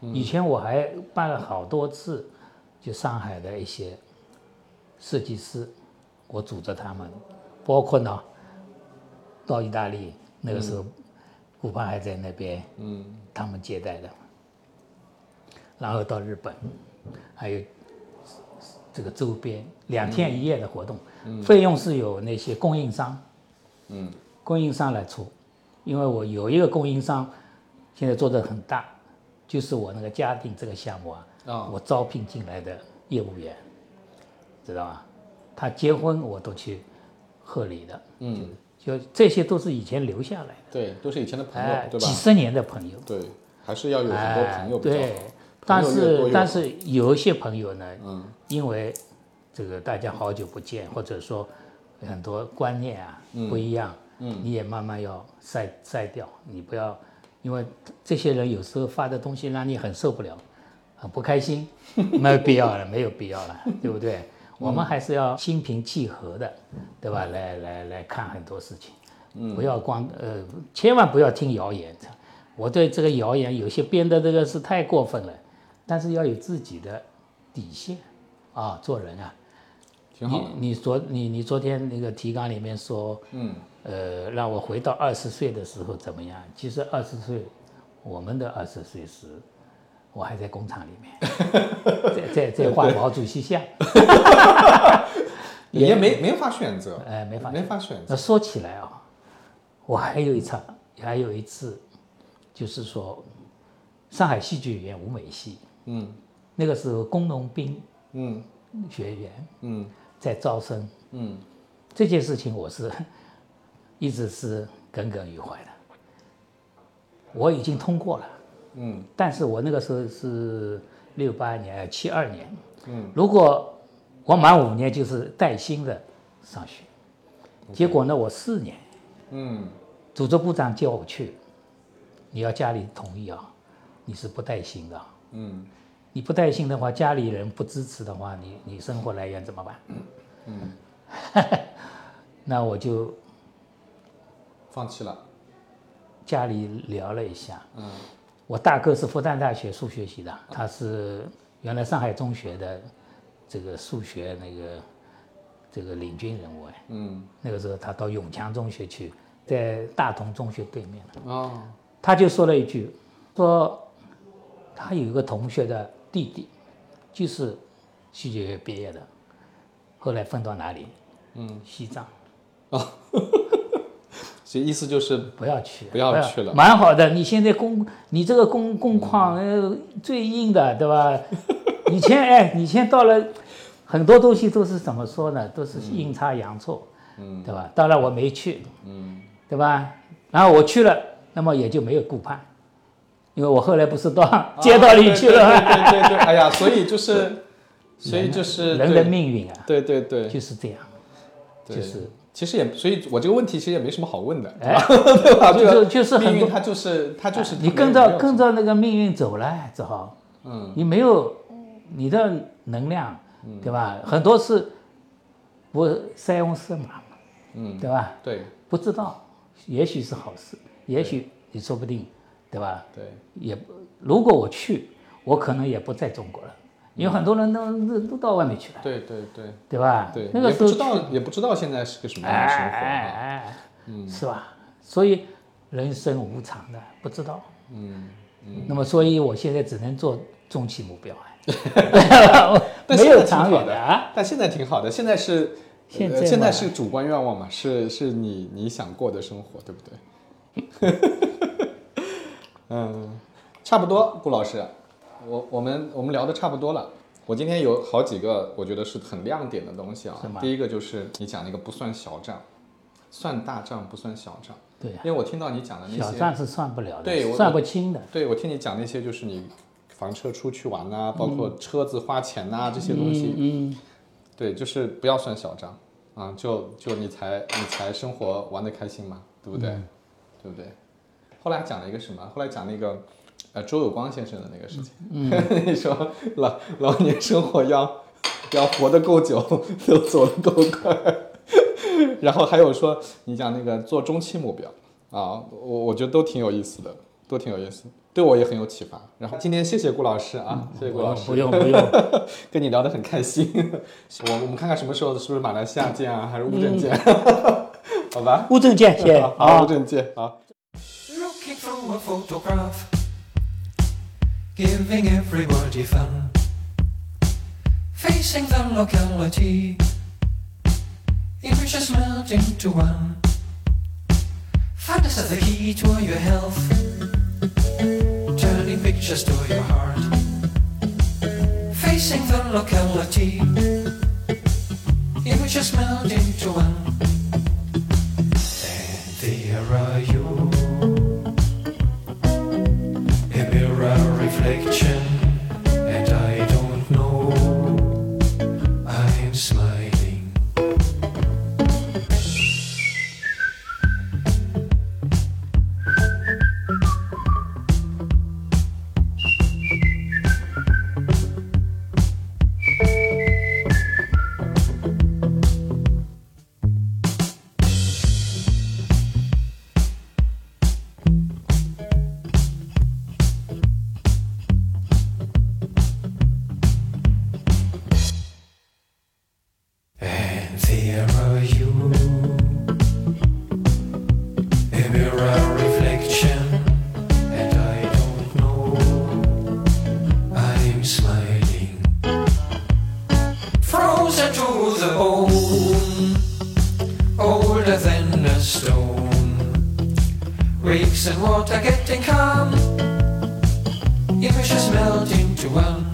[SPEAKER 2] 以前我还办了好多次，就上海的一些设计师，我组织他们，包括呢到意大利那个时候，顾盼还在那边，
[SPEAKER 1] 嗯
[SPEAKER 2] 他们接待的，然后到日本，还有这个周边两天一夜的活动，费用是由那些供应商，
[SPEAKER 1] 嗯，
[SPEAKER 2] 供应商来出，因为我有一个供应商，现在做的很大，就是我那个嘉定这个项目啊，
[SPEAKER 1] 啊
[SPEAKER 2] 我招聘进来的业务员，知道吧？他结婚我都去贺礼的，
[SPEAKER 1] 嗯，
[SPEAKER 2] 就这些都是以前留下来的，
[SPEAKER 1] 对，都是以前的朋友，
[SPEAKER 2] 哎，
[SPEAKER 1] 对吧
[SPEAKER 2] 几？十年的朋友。
[SPEAKER 1] 对，还是要有很多
[SPEAKER 2] 哎，
[SPEAKER 1] 朋友比较好
[SPEAKER 2] 对。，但
[SPEAKER 1] 朋友越多
[SPEAKER 2] 是
[SPEAKER 1] 越
[SPEAKER 2] 但
[SPEAKER 1] 好
[SPEAKER 2] 是有一些朋友呢，
[SPEAKER 1] 嗯
[SPEAKER 2] 因为这个大家好久不见，或者说很多观念啊
[SPEAKER 1] 嗯
[SPEAKER 2] 不一样，你也慢慢要筛筛掉，你不要因为这些人有时候发的东西让你很受不了，很不开心，没有必要了，没有必要了，对不对？我们还是要心平气和的，对吧？来来来看很多事情，不要光呃，千万不要听谣言。我对这个谣言有些编的这个是太过分了，但是要有自己的底线啊，做人啊。
[SPEAKER 1] 挺好的。
[SPEAKER 2] 你你昨你你昨天那个提纲里面说，
[SPEAKER 1] 嗯，
[SPEAKER 2] 呃，让我回到二十岁的时候怎么样？其实二十岁，我们的二十岁时，我还在工厂里
[SPEAKER 1] <laughs>
[SPEAKER 2] 面，在在在画毛主席像。
[SPEAKER 1] 也没没法选择，
[SPEAKER 2] 哎没法
[SPEAKER 1] 没法选择。
[SPEAKER 2] 那说起来啊，我还有一场，还有一次，就是说，上海戏剧学院舞美系，
[SPEAKER 1] 嗯
[SPEAKER 2] 那个时候工农兵
[SPEAKER 1] 嗯
[SPEAKER 2] 学员
[SPEAKER 1] 嗯
[SPEAKER 2] 在招生，
[SPEAKER 1] 嗯
[SPEAKER 2] 这件事情我是 <laughs> 一直是耿耿于怀的。我已经通过了，
[SPEAKER 1] 嗯
[SPEAKER 2] 但是我那个时候是六八年、七二年，
[SPEAKER 1] 嗯，
[SPEAKER 2] 如果我满五年就是带薪的上学，结果呢，我四年，
[SPEAKER 1] 嗯
[SPEAKER 2] 组织部长叫我去，你要家里同意啊，你是不带薪的啊，
[SPEAKER 1] 嗯
[SPEAKER 2] 你不带薪的话，家里人不支持的话，你你生活来源怎么办？
[SPEAKER 1] 嗯，
[SPEAKER 2] <laughs> 那我就
[SPEAKER 1] 放弃了。
[SPEAKER 2] 家里聊了一下，
[SPEAKER 1] 嗯
[SPEAKER 2] 我大哥是复旦大学数学系的，他是原来上海中学的这个数学那个这个领军人物哎，
[SPEAKER 1] 嗯
[SPEAKER 2] 那个时候他到永强中学去，在大同中学对面。
[SPEAKER 1] 哦
[SPEAKER 2] 他就说了一句，说他有一个同学的弟弟，就是戏剧学毕业的，后来分到哪里？
[SPEAKER 1] 嗯，
[SPEAKER 2] 西藏，
[SPEAKER 1] 所以意思就是
[SPEAKER 2] 不要去，
[SPEAKER 1] 不要去了
[SPEAKER 2] 蛮好的。你现在工，你这个工工况、
[SPEAKER 1] 嗯
[SPEAKER 2] 呃、最硬的，对吧？ <laughs> 以前哎，以前到了很多东西都是怎么说呢？都是阴差阳错，
[SPEAKER 1] 嗯
[SPEAKER 2] 对吧？当然我没去，
[SPEAKER 1] 嗯
[SPEAKER 2] 对吧？然后我去了，那么也就没有顾盼，因为我后来不是 <laughs> 到街道里去了吗？
[SPEAKER 1] 啊对对对对对，哎呀，所以就是，所以就是
[SPEAKER 2] 人的，命运啊，
[SPEAKER 1] 对对对
[SPEAKER 2] 就
[SPEAKER 1] 对，
[SPEAKER 2] 是这样，
[SPEAKER 1] 对
[SPEAKER 2] 就是
[SPEAKER 1] 其实也，所以我这个问题其实也没什么好问的，
[SPEAKER 2] 哎，
[SPEAKER 1] 对吧？这 <laughs>
[SPEAKER 2] 就
[SPEAKER 1] 个
[SPEAKER 2] 是就是很
[SPEAKER 1] 命运，
[SPEAKER 2] 多哎
[SPEAKER 1] 它就是它就是
[SPEAKER 2] 你跟着跟，着那个命运走了，只好
[SPEAKER 1] 嗯
[SPEAKER 2] 你没有你的能量，对吧？很多事不塞翁失马，
[SPEAKER 1] 嗯，
[SPEAKER 2] 对吧？
[SPEAKER 1] 对
[SPEAKER 2] 不知道，也许是好事，也许你说不定，对吧？
[SPEAKER 1] 对，
[SPEAKER 2] 也不如果我去，我可能也不在中国了，
[SPEAKER 1] 嗯
[SPEAKER 2] 因为很多人都都都到外面去了，
[SPEAKER 1] 对对对
[SPEAKER 2] 对吧？
[SPEAKER 1] 对，
[SPEAKER 2] 那个
[SPEAKER 1] 也
[SPEAKER 2] 时
[SPEAKER 1] 不
[SPEAKER 2] 候
[SPEAKER 1] 知
[SPEAKER 2] 去
[SPEAKER 1] 道也不知道现在是个什么
[SPEAKER 2] 哎
[SPEAKER 1] 样的生活
[SPEAKER 2] 哎
[SPEAKER 1] 啊，
[SPEAKER 2] 哎，是吧？所以人生无常的，不知道。
[SPEAKER 1] 嗯。
[SPEAKER 2] 那么，所以我现在只能做中期目标，
[SPEAKER 1] <laughs>
[SPEAKER 2] 哎
[SPEAKER 1] 但
[SPEAKER 2] 没
[SPEAKER 1] 现在
[SPEAKER 2] 有
[SPEAKER 1] 挺
[SPEAKER 2] 长
[SPEAKER 1] 好
[SPEAKER 2] 远
[SPEAKER 1] 的
[SPEAKER 2] 的啊。
[SPEAKER 1] 但现在挺好的，现在是
[SPEAKER 2] 现在
[SPEAKER 1] 呃、现在
[SPEAKER 2] 嘛
[SPEAKER 1] 是主观愿望嘛，是是你你想过的生活，对不对？ <laughs> 嗯，差不多，顾老师，我我们我们聊的差不多了，我今天有好几个我觉得是很亮点的东西啊
[SPEAKER 2] 是吗。
[SPEAKER 1] 第一个就是你讲那个不算小账，算大账不算小账，
[SPEAKER 2] 对呀、
[SPEAKER 1] 因为我听到你讲的那
[SPEAKER 2] 小
[SPEAKER 1] 些，
[SPEAKER 2] 账是算不了
[SPEAKER 1] 对
[SPEAKER 2] 的，
[SPEAKER 1] 我
[SPEAKER 2] 算不清的。
[SPEAKER 1] 对我听你讲那些就是你房车出去玩呐、包括车子花钱呐、这些东西，
[SPEAKER 2] 嗯，嗯
[SPEAKER 1] 对，就是不要算小账啊，就就你才你才生活玩得开心嘛，对不对？对不对？后来讲了一个什么？后来讲那个呃周有光先生的那个事情， <laughs> 你说老老年生活要要活得够久，要走得够快， <laughs> 然后还有说你讲那个做中期目标啊，我我觉得都挺有意思的，都挺有意思，对我也很有启发。然后今天谢谢顾老师啊，谢谢顾
[SPEAKER 2] 不
[SPEAKER 1] 老
[SPEAKER 2] 用
[SPEAKER 1] 师。
[SPEAKER 2] 不用不用，
[SPEAKER 1] 跟你聊得很开心。 <laughs> 我我们看看什么时候是不是马来西亚见啊，还是乌镇见？ <laughs> 好吧，
[SPEAKER 2] 乌镇见，谢谢
[SPEAKER 1] <laughs> 好
[SPEAKER 2] 啊
[SPEAKER 1] 乌。镇见，好。
[SPEAKER 4] Looking through a photograph, giving everybody fun. Facing the locality, images melt into one. Photos are the key to your health, turning pictures to your heart. Facing the locality, images melt into one. And there are you, a mirror reflection, and I don't know. I'm smiling. And there are you, a mirror reflection, and I don't know. I'm smiling. Frozen to the bone, older than a stone. Wakes and water getting calm, images melt into one.